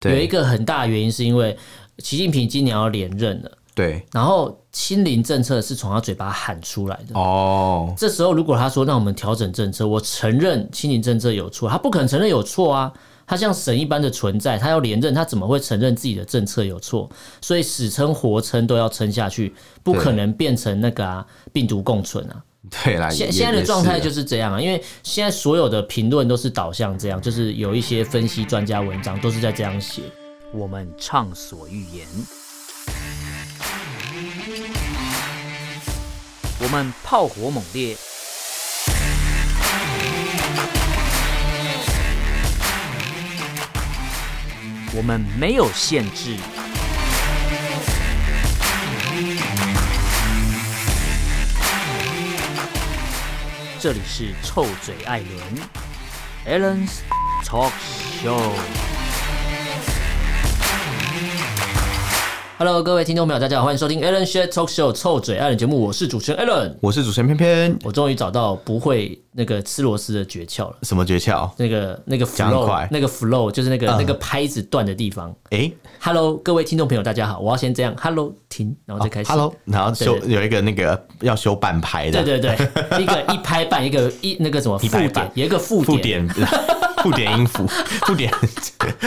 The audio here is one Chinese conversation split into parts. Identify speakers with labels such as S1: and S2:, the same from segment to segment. S1: 对
S2: 有一个很大的原因是因为习近平今年要连任了，
S1: 对，
S2: 然后清零政策是从他嘴巴喊出来的。
S1: 哦，
S2: 这时候如果他说让我们调整政策，我承认清零政策有错，他不可能承认有错啊。他像神一般的存在，他要连任，他怎么会承认自己的政策有错？所以死撑活撑都要撑下去，不可
S1: 对
S2: 能变成那个啊病毒共存啊。
S1: 对啦，
S2: 现
S1: 也
S2: 现在的状态
S1: 也
S2: 就是是这样啊，因为现在所有的评论都是导向这样，就是有一些分析专家文章都是在这样写。
S3: 我们畅所欲言；我们炮火猛烈；我们没有限制。这里是臭嘴艾伦 （Allen's Talk Show）。
S2: Hello，各位听众朋友，大家好，欢迎收听 Alan s h a t Talk Show 臭嘴爱人节目，我是主持人 Alan。
S1: 我是主持人偏偏，
S2: 我终于找到不会那个吃螺丝的诀窍了。
S1: 什么诀窍？
S2: 那个那个
S1: 讲得
S2: flow
S1: 快嗯
S2: 那个 flow 就是那个、那个拍子断的地方。
S1: 诶
S2: Hello，各位听众朋友，大家好，我要先这样，Hello 停，然后再开始。
S1: h e l l o 然后修
S2: 对
S1: 有一个那个要修半拍的，
S2: 对对对，一个一拍半，一个一那个什么
S1: 一
S2: 附
S1: 拍
S2: 点
S1: 半，
S2: 有一个附
S1: 附。点 附点音符， 附点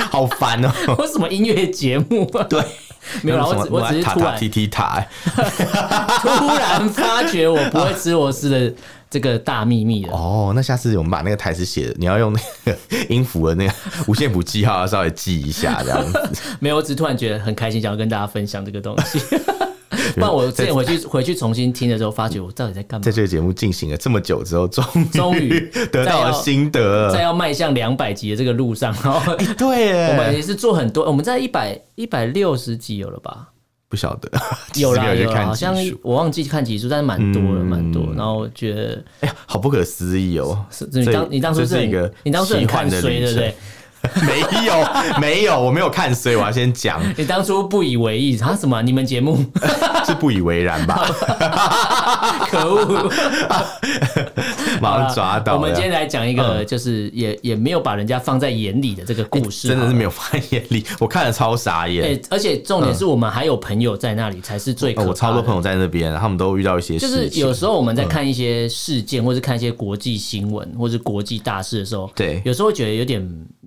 S1: 好烦哦。
S2: 为什么音乐节目啊？
S1: 对，
S2: 没有啦，我
S1: 什
S2: 只
S1: 么
S2: 我只是
S1: 塔
S2: 突
S1: 塔
S2: 然
S1: 踢踢塔，欸
S2: 突然发觉我不会吃螺丝 的这个大秘密了。
S1: 哦，那下次我们把那个台词写的，你要用那个音符的那个五线谱记号，稍微记一下这样 子。
S2: 没有，我只是突然觉得很开心，想要跟大家分享这个东 西。不然我之前回去回去重新听的时候，发觉我到底在干嘛
S1: 在？这个节目进行了这么久之后，终
S2: 终于
S1: 于得到了心得
S2: 在
S1: 了。
S2: 要迈向两百集的这个路
S1: 哎
S2: 上，然后
S1: 对耶，
S2: 我们也是做很多，我们在一百一百六十集有了吧？
S1: 不晓得，
S2: 有
S1: 其实
S2: 啦
S1: 没有
S2: 有
S1: 去
S2: 啦，
S1: 看
S2: 好像
S1: 集数嗯
S2: 我忘记看集数，但是蛮多了，蛮多。然后我觉得
S1: 哎呀，好不可思议哦！
S2: 是你当
S1: 这
S2: 你当初
S1: 这
S2: 是
S1: 是一个
S2: 很你当初很
S1: 奇幻
S2: 看
S1: 的
S2: 衰，
S1: 旅
S2: 对不
S1: 程
S2: 对？？
S1: 没有，没有，我没有看衰，我要先讲，
S2: 你当初不以为意，啊什么啊？你们节 目
S1: 是不以为然吧？
S2: 可恶！
S1: 马上抓到了。
S2: 我们今天来讲一个，
S1: 嗯
S2: 就是也也没有把人家放在眼里的这个故事，
S1: 哎真的是
S2: 有。
S1: 没有放在眼里，我看了超 傻眼。
S2: 哎，而且重点是我们还有朋友在那里，才是最可怕的。
S1: 呃嗯我超多朋友在那边，他们都遇到一些
S2: 就
S1: 事
S2: 是
S1: 情。
S2: 有时候我们在看一些事件，或是看一些国际新闻，或是国际大事的时候，
S1: 对
S2: 有时候会觉得有点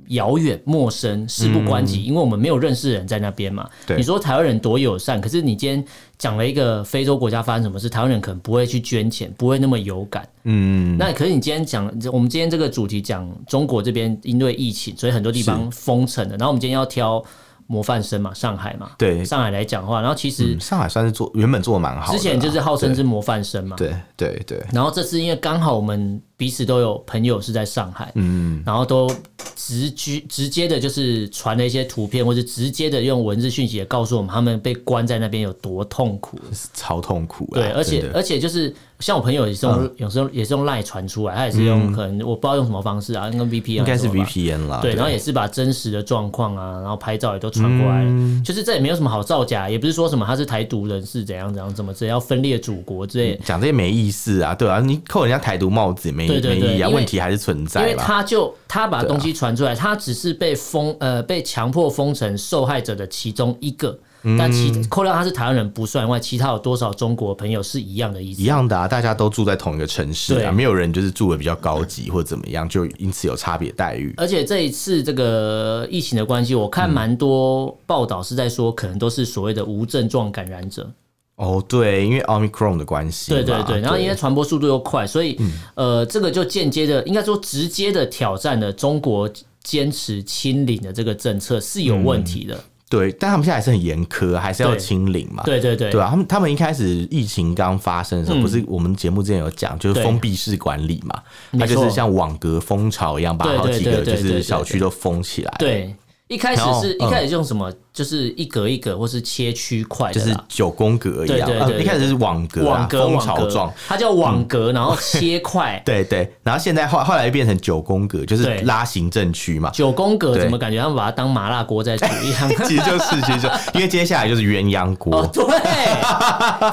S2: 遥远、陌生、事不关己，因为我们没有认识人在那边嘛。
S1: 嗯对
S2: 你说台湾人多友善，可是你今天讲了一个非洲国家发生什么事，台湾人可能不会去捐钱，不会那么有感。
S1: 嗯，
S2: 那可是你今天讲，我们今天这个主题讲中国这边因为疫情，所以很多地方封城了。然后我们今天要挑模范生嘛，上海嘛，
S1: 对
S2: 上海来讲话。然后其实
S1: 嗯上海算是做原本做的蛮好的啦，
S2: 之前就是号称是模范生嘛，
S1: 对对对，
S2: 然后这次因为刚好我们彼此都有朋友是在上海，
S1: 嗯，
S2: 然后都直居直接的，就是传了一些图片，或者直接的用文字讯息也告诉我们他们被关在那边有多痛苦。
S1: 超痛苦啦。
S2: 对，而且
S1: 啊真的嗯
S2: 而且就是像我朋友也是用，有时候也是用赖传出来，他也是用可能我不知道用什么方式啊，用 VPN
S1: 应该是啊
S2: 还什么吧
S1: VPN 啦。
S2: 对，然后也是把真实的状况啊，然后拍照也都传过来了，
S1: 嗯
S2: 就是这也没有什么好造假，也不是说什么他是台独人士怎样怎样怎么怎样要分裂祖国之类的，
S1: 讲这些没意思啊，对啊，你扣人家台独帽子也没
S2: 对对对
S1: 没意义啊，
S2: 因为
S1: 问题还是存
S2: 因
S1: 在
S2: 为
S1: 吧。
S2: 他就他把东西传出来，
S1: 啊
S2: 他只是被封呃被强迫封城受害者的其中一个，
S1: 嗯
S2: 但其扣掉他是台湾人不算外，其他有多少中国朋友是一样的意思
S1: 一。样的啊，大家都住在同一个城市
S2: 对
S1: 啊，没有人就是住的比较高级或怎么样，就因此有差别待遇。
S2: 而且这一次这个疫情的关系，我看蛮多报道是在说，可能都是所谓的无症状感染者。
S1: 哦，对，因为 Omicron 的关系嘛，
S2: 对对对，然后因为传播速度又快，所
S1: 嗯
S2: 以呃，这个就间接的，应该说直接的挑战了中国坚持清零的这个政策是有问题
S1: 嗯
S2: 的。
S1: 对，但他们现在还是很严苛，啊还是要
S2: 对
S1: 清零嘛。
S2: 对对对，嗯
S1: 对啊，他们他们一开始疫情刚发生的时候，不是我们节目之前有讲，就是
S2: 对
S1: 封闭式管理嘛，
S2: 没
S1: 它
S2: 错
S1: 就是像网格蜂巢一样，把
S2: 对
S1: 好
S2: 对
S1: 几
S2: 对
S1: 个
S2: 对
S1: 就
S2: 对对
S1: 是小区都封起来，，
S2: 对，一开始
S1: 然后
S2: 是一
S1: 嗯
S2: 开始用什么，就是一格一格或是切区块
S1: 就
S2: 的
S1: 是
S2: 啦。
S1: 九宫格一
S2: 对对，
S1: 样
S2: 对
S1: 呃
S2: 对
S1: 一开始是网格啊，
S2: 网格
S1: 蜂
S2: 网
S1: 巢状。
S2: 格。，它叫网格，然后切块
S1: 对对，然后现在后后来变成九宫格，就是
S2: 对
S1: 拉行政区嘛，
S2: 九宫格
S1: 对
S2: 怎么感觉他们把它当麻辣锅在煮一 样？
S1: 其实就是其实就因为接下来就是鸳鸯锅，
S2: 哦，对，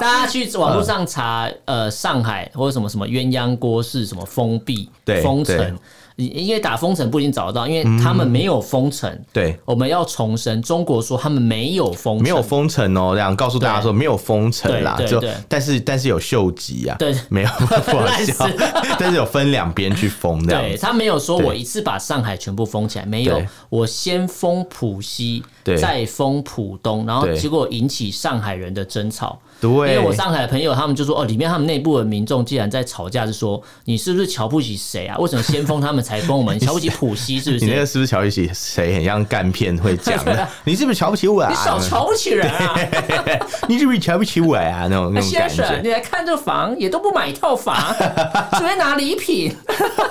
S2: 大家去网络
S1: 嗯
S2: 上查，呃，上海或者什么什么鸳鸯锅是什么封闭
S1: 对
S2: 封城
S1: 对，嗯
S2: 因为打封城不一定找得到，因为他们没有封城。
S1: 对，
S2: 我们要重申，中国说他们没有封城，
S1: 没有封城哦，这样告诉大家说没有封城啦，
S2: 对对
S1: 就
S2: 对
S1: 但是但是有秀吉啊，
S2: 对
S1: 没有不好笑
S2: 烂死，
S1: 但是有分两边去封这样
S2: 对
S1: 子，
S2: 他没有说
S1: 对
S2: 我一次把上海全部封起来，没有
S1: 对，
S2: 我先封浦西
S1: 对，
S2: 再封浦东，然后
S1: 对
S2: 结果引起上海人的争吵。
S1: 对
S2: 因为我上海的朋友他们就说，哦，里面他们内部的民众既然在吵架，是说你是不是瞧不起谁啊？为什么先封他们才封我 们？你瞧不起浦西是不是？
S1: 你那个是不是瞧不起谁？很像干片会讲 的，你是不是瞧不起我啊？
S2: 你少瞧不起人 啊！
S1: 你是不是瞧不起我啊？那种那种
S2: 先
S1: 感
S2: 生，
S1: 觉。
S2: 你来看这房也都不买一套房， 只会拿礼品，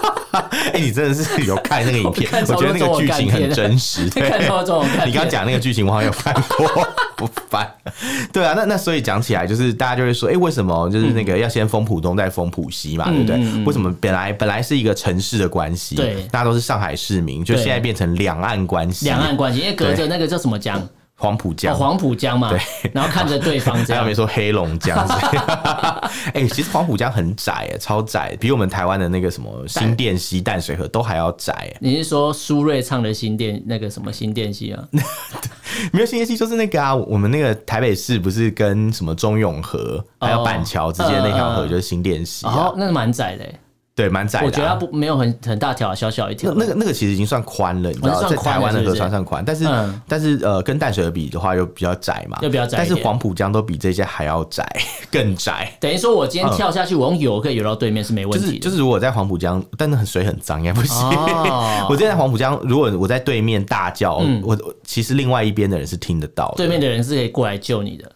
S1: 哎，你真的是有看那个影片
S2: 我看，
S1: 我
S2: 超
S1: 觉
S2: 多
S1: 得那个剧情很真实。对
S2: 看到这种感觉。
S1: 你刚刚讲那个剧情，我好像有看过，不烦。 对啊，那那所以讲起来，就是大家就会说，哎、为什么就是那个要先封浦东，再封浦西
S2: 嗯
S1: 嘛，对不对？为什么本来本来是一个城市的关系，
S2: 对
S1: 大家都是上海市民，就
S2: 对
S1: 现在变成两岸关系，
S2: 两岸关系，因为隔着那个叫什么江。
S1: 黄浦江。
S2: 哦，黄浦江嘛，然后看着对啊方这
S1: 还有
S2: 样
S1: 没，说黑龙 江 之类的？哎、其实黄浦江很窄、哎，超窄，比我们台湾的那个什么新店溪、淡水河都还要窄、哎
S2: 你是说苏芮唱的新店那个什么新店戏啊？
S1: 没有新天溪就是那个啊，我们那个台北市不是跟什么中永和还有板桥之间那条河
S2: 哦嗯嗯
S1: 就是新店溪啊，
S2: 哦，那蛮窄的欸，
S1: 对，蛮窄的啊、
S2: 我觉得它不没有很很大条啊，小小一
S1: 那
S2: 条。
S1: 那个那个其实已经算宽了，你知
S2: 哦
S1: 道，
S2: 是
S1: 在
S2: 算
S1: 台
S2: 宽了
S1: 湾的
S2: 是
S1: 河
S2: 不是
S1: 算算宽，但是、
S2: 嗯
S1: 但是呃，跟淡水河比的话又比较窄嘛，
S2: 又比较窄一
S1: 但
S2: 点
S1: 是黄浦江都比这些还要窄， 更窄。
S2: 等于说我今天跳下去，我用游可以游到对面是没
S1: 就
S2: 问
S1: 是
S2: 题
S1: 就
S2: 的。
S1: 是，如果在黄浦江，但是很水很脏，应该不行。
S2: 哦 嗯
S1: 我之前在黄浦江，如果我在对面大叫，我我其实另外一边的人是听得到的，
S2: 对面的人是可以过来救你的，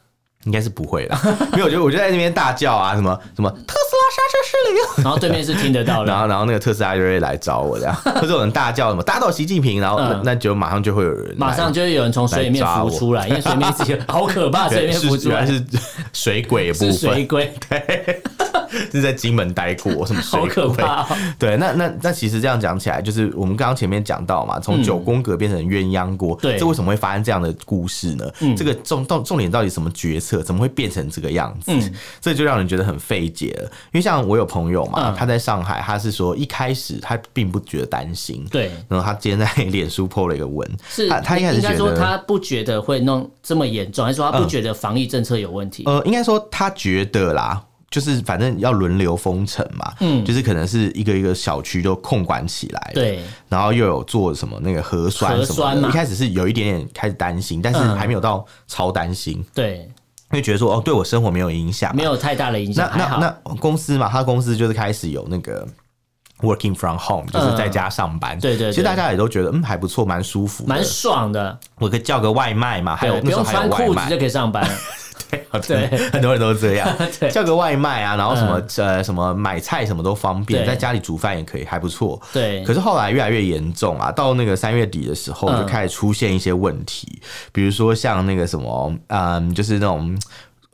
S1: 应该是不会啦。 没有，我就我就在那边大叫啊，什么什么特斯拉刹车失灵，
S2: 然后对面是听得到
S1: 然
S2: 的。
S1: 后， 然后那个特斯拉就会来找我，这 样，或者有人大叫什么打倒习近平，然后那
S2: 嗯
S1: 那就马上就会有人来，
S2: 马上就会有人从水里面浮出来，因为水里面自己好可怕，水里
S1: 对
S2: 面
S1: 是
S2: 浮出
S1: 原
S2: 来
S1: 来是水鬼的部
S2: 是水
S1: 分，
S2: 龟，
S1: 是在金门待过，什么
S2: 好
S1: 水鬼
S2: 可怕哦！
S1: 对，那那那其实这样讲起来，就是我们刚刚前面讲到嘛，从九宫格变成鸳鸯锅，
S2: 嗯对嗯
S1: 这为什么会发生这样的故事呢？这个重重重点到底什么决策，怎么会变成这个样子？
S2: 嗯
S1: 这就让人觉得很费解了。因为像我有朋友嘛，
S2: 嗯
S1: 他在上海，他是说一开始他并不觉得担心，
S2: 对
S1: 然后他今天在 脸书 po 了一个文，
S2: 是
S1: 他他一开始
S2: 应该
S1: 觉
S2: 说
S1: 得。嗯
S2: 他不觉得会弄这么严重，还是说他不觉得防疫政策有问题？
S1: 呃，应该说他觉得啦，就是反正要轮流封城嘛，嗯，就是可能是一个一个小区都控管起来，，
S2: 对，
S1: 然后又有做什么那个核酸
S2: 核
S1: 什么
S2: 酸
S1: 的，
S2: 嘛
S1: 一开始是有一点点开始担心，但是
S2: 嗯
S1: 还没有到超担心，
S2: 对，
S1: 因为觉得说哦，对我生活没有影响嘛，啊
S2: 没有太大的影
S1: 那
S2: 响，还
S1: 那
S2: 好。
S1: 那公司嘛，他公司就是开始有那个 working from home，就是在家上班。
S2: 嗯对对对
S1: 其实大家也都觉得嗯还不错，蛮舒服的，
S2: 蛮爽的，
S1: 我可以叫个外卖嘛，还有
S2: 对，不
S1: 那时候
S2: 用
S1: 还有
S2: 穿
S1: 外
S2: 裤
S1: 卖
S2: 子就，可以上班 了。
S1: 对， 很多人都这样
S2: 对，嗯
S1: 叫个外卖啊，然后什么、呃什么买菜什么都方便，
S2: 对
S1: 在家里煮饭也可以，还不错。
S2: 对
S1: 可，是后来越来越严重啊，到那个三月底的时候
S2: 嗯
S1: 就开始出现一些问题，比如说像那个什么，嗯，就是那种。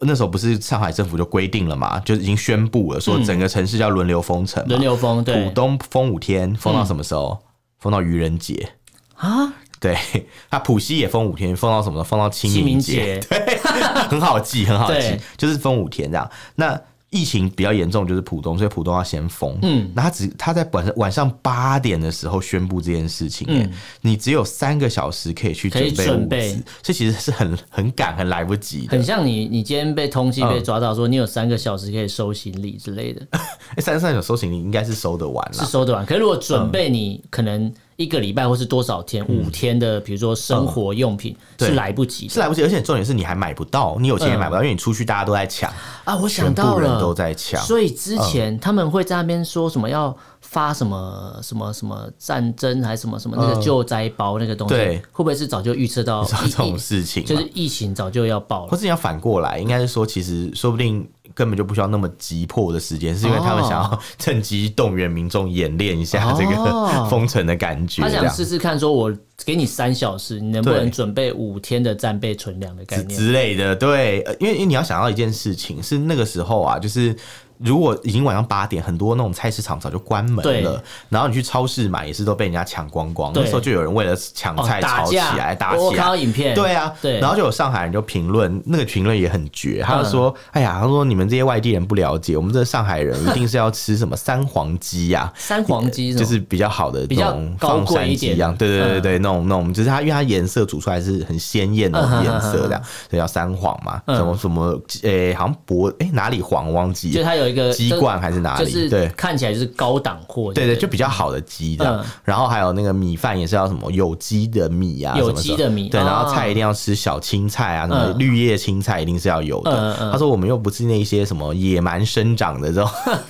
S1: 那时候不是上海政府就规定了嘛，就已经宣布了，说整个城市要轮流封城嘛，
S2: 嗯轮流封，
S1: 浦
S2: 对嗯
S1: 东封五天，封到什么时候？封到愚人节。
S2: 啊，
S1: 对， 那浦西也封五天，封到什么时候？封到清
S2: 清
S1: 明
S2: 明
S1: 节。
S2: 节，
S1: 很好记，很好记
S2: 对，
S1: 就是封五天这样。那疫情比较严重就是浦东，所以浦东要先封。嗯，那他只他在晚上晚上八点的时候宣布这件事情、欸，你只有三个小时可以去
S2: 嗯可以
S1: 准备
S2: 准
S1: 物
S2: 备
S1: 资，所以其实是很很赶，很来不及的
S2: 很。像你，你今天被通缉
S1: 嗯
S2: 被抓到，说你有三个小时可以收行李之类的，
S1: 欸三十三小时收行李应该是收得完
S2: 是
S1: 啦。
S2: 收得完。可是如果准备你可能一个礼拜或是多少天，五天的，比如说生活用品
S1: 嗯对
S2: 是来不及
S1: 是
S2: 的
S1: 来不及，而且重点是你还买不到，你有
S2: 嗯
S1: 钱也买不到，因为你出去大家都 在抢，
S2: 啊！我
S1: 全
S2: 想到
S1: 部人
S2: 了，
S1: 都在抢。嗯
S2: 所以之前他们会在那边说什么要发什么什么什么战争还是什么什么那个救灾包那个东西，
S1: 嗯对
S2: 会不会是早就预测到
S1: 你知道这种
S2: 疫
S1: 事情吗
S2: 就是疫情早就要爆
S1: 或
S2: 了？
S1: 是你要反过来，应该是说，其实说不定根本就不需要那么急迫的时间，是因为他们想要 趁机动员民众演练一下这个
S2: 哦
S1: 封城的感觉，
S2: 他
S1: 这
S2: 想
S1: 样
S2: 试试看，说我给你三小时，你能不
S1: 对
S2: 能准备五天的战备存粮的概
S1: 之
S2: 念？
S1: 之类的。对，呃因为因为你要想到一件事情，是那个时候啊，就是。如果已经晚上八点，很多那种菜市场早就关
S2: 对
S1: 门了，然后你去超市买也是都被人家抢光光。
S2: 对
S1: 那时候就有人为了抢
S2: 哦
S1: 菜
S2: 打
S1: 吵起
S2: 架哦
S1: 来，打
S2: 我我
S1: 起
S2: 看到
S1: 来。
S2: 影片，
S1: 对啊，
S2: 对，嗯
S1: 然后就有上海人就评论，那个评论也很绝，他就说：“哎呀，他说你们这些外地人不了解，我们这上 海人一定是要吃什么三黄鸡呀、
S2: 三黄鸡什么
S1: 就是比较好的
S2: 比
S1: 那
S2: 较
S1: 种
S2: 高
S1: 放
S2: 贵
S1: 山
S2: 一
S1: 鸡
S2: 点
S1: 一样，对对对
S2: 嗯
S1: 对，那种那种，就是它因为它颜色煮出来是很鲜艳的那种
S2: 嗯
S1: 颜色，
S2: 嗯嗯
S1: 这样，所以叫三黄嘛，
S2: 嗯
S1: 什么什么，诶，好像博诶哪里黄忘记
S2: 就
S1: 了，
S2: 它有一个
S1: 鸡冠还是哪
S2: 就
S1: 里？
S2: 是
S1: 对。
S2: 看起来就是高档货，
S1: 对对，
S2: 对，
S1: 就比较好的鸡这样，
S2: 嗯
S1: 然后还有那个米饭也是要什么有机的米啊，
S2: 有
S1: 什么
S2: 机
S1: 什么
S2: 的米
S1: 对，然后
S2: 啊
S1: 菜一定要吃小青菜啊，什么
S2: 嗯
S1: 绿叶青菜一定是要有的。
S2: 嗯嗯嗯
S1: 他说我们又不是那些什么野蛮生长的这种，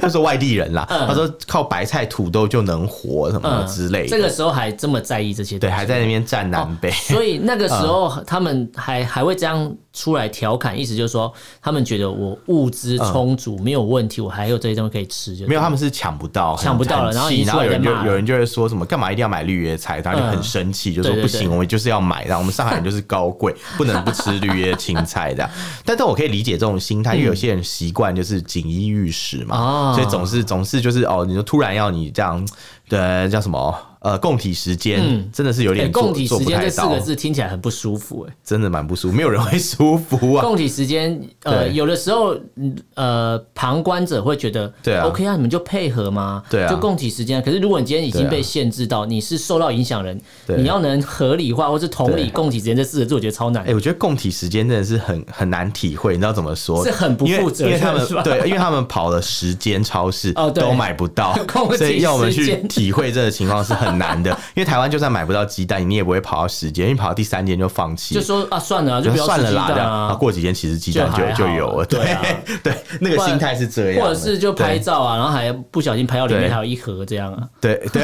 S1: 他说外地人啦，他说靠白菜土豆就能活什么
S2: 嗯
S1: 之类的，
S2: 这个时候还这么在意这些东
S1: 对，
S2: 西，
S1: 还在那边站南北。
S2: 所以那个时候，他们还还会这样出来调侃，意思就是说，他们觉得我物资充足，没有问题，我还有这些东西可以吃，就
S1: 嗯没有，他们是抢不到，很
S2: 抢不到了
S1: 很
S2: 然后
S1: 气
S2: 已经
S1: 然后
S2: 出
S1: 有
S2: 来
S1: 人
S2: 在
S1: 就
S2: 骂了
S1: 有人就会说什么，干嘛一定要买绿叶菜？他就
S2: 嗯
S1: 很生气，就
S2: 对
S1: 说
S2: 对
S1: 不
S2: 对
S1: 行，我们就是要买。然后我们上海人就是高 贵，不能不吃绿叶青菜这样。但但我可以理解这种心
S2: 嗯
S1: 态，因为有些人习惯就是锦衣玉食
S2: 哦
S1: 嘛，所以总是总是就是哦，你就突然要你这样，呃，叫什么？呃，供体时
S2: 嗯
S1: 间真的是有
S2: 哎
S1: 点做
S2: 供体时间这四
S1: 做不
S2: 个
S1: 太到，
S2: 字听起来很不舒服、哎。
S1: 真的蛮不舒服，没有人会舒服啊。
S2: 供体时间，呃，
S1: 对
S2: 有的时候，嗯呃，旁观者会觉得，
S1: 对啊
S2: o k 啊，你们就配合嘛，
S1: 对啊
S2: 就供体时间啊。可是如果你今天已经
S1: 对啊
S2: 被限制到，你是受到影响人，
S1: 对啊
S2: 你要能合理化或是同理
S1: 对
S2: 供体时间这四个字，我觉得超难
S1: 哎、。我觉得供体时间真的是很很难体会，你知道怎么说？
S2: 是很不
S1: 因为
S2: 负责
S1: 因为他
S2: 任
S1: 们
S2: 是吧
S1: 对，因为他们跑了十间超市、
S2: 哦对
S1: 都买不到
S2: 供，体
S1: 所以要我们
S2: 时
S1: 去
S2: 间
S1: 体会这个情况是很难的。因为台湾就算买不到鸡蛋，你也不会跑到十间，因为跑到第三间就放弃，
S2: 就说啊，算了啊，就不要
S1: 算
S2: 吃
S1: 了
S2: 鸡
S1: 啦，这
S2: 蛋
S1: 样
S2: 啊，
S1: 过几天其实鸡蛋
S2: 就还好
S1: 就有了，
S2: 对啊
S1: 对，那个
S2: 或者
S1: 心态是这样的，
S2: 或者是就拍
S1: 对
S2: 照啊，然后还不小心拍到里面
S1: 对
S2: 还有一盒这样啊。
S1: 对对，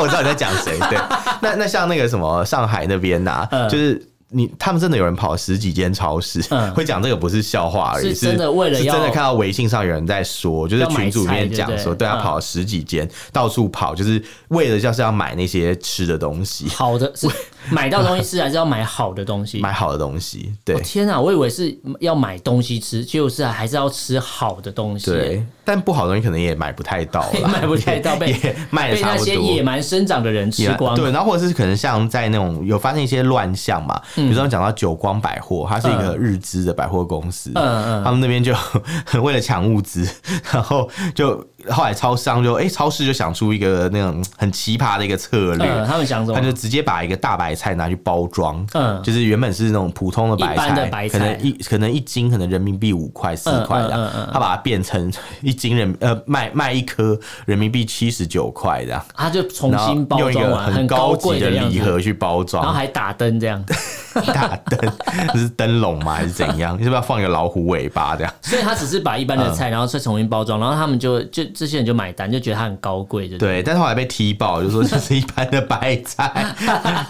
S1: 我知道你在讲谁。 对，那那像那个什么上海那边呐、
S2: 嗯
S1: 就是。你他们真的有人跑十几间超市，
S2: 嗯
S1: 会讲这个不是笑话而已，
S2: 是真的为了
S1: 是
S2: 要
S1: 真的看到微信上有人在说，就是
S2: 要买
S1: 群组里
S2: 菜对
S1: 面
S2: 不
S1: 讲说，
S2: 对
S1: 对啊，
S2: 嗯
S1: 跑十几间，到处跑，就是为了就是要买那些吃的东西，
S2: 好的是买到东西吃，还是要买好的东西？
S1: 买好的东西，对、
S2: 哦天啊，我以为是要买东西吃，结果是还是要吃好的东西。
S1: 对，但不好的东西可能也买不太到 啦，
S2: 买不太到被
S1: 也也卖的
S2: 被
S1: 差
S2: 那
S1: 不多，
S2: 些野蛮生长的人吃光。
S1: 对，然后或者是可能像在那种有发现一些乱象嘛，
S2: 嗯
S1: 比如说讲到久光百货，它是一个日资的百货公司，
S2: 嗯嗯
S1: 他们那边就 为了抢物资，然后就后来超商就哎、超市就想出一个那种很奇葩的一个策略。
S2: 嗯，他们想什
S1: 他就
S2: 么？
S1: 直接把一个大白菜拿去包装，
S2: 嗯
S1: 就是原本是那种普通的白
S2: 一般
S1: 菜，
S2: 的白菜
S1: 可能一可能一斤可能人民币五块四块这样，
S2: 嗯嗯嗯嗯
S1: 他把它变成一斤人呃卖卖一颗人民币七十九块这样，
S2: 他就重
S1: 然后
S2: 新包
S1: 用一
S2: 装
S1: 个
S2: 完，很
S1: 啊高
S2: 贵
S1: 级的
S2: 样
S1: 礼盒
S2: 子，
S1: 去包装，
S2: 然后还打灯这 样。
S1: 大灯，这是灯笼吗？还是怎样？是 不是要放一个老虎尾巴这样？
S2: 所以他只是把一般
S1: 嗯
S2: 的菜，然后再重新包装，然后他们就就这些人就买单，就觉得它很高贵，就。
S1: 对，但是后来被踢爆，就说这是一般的白 菜，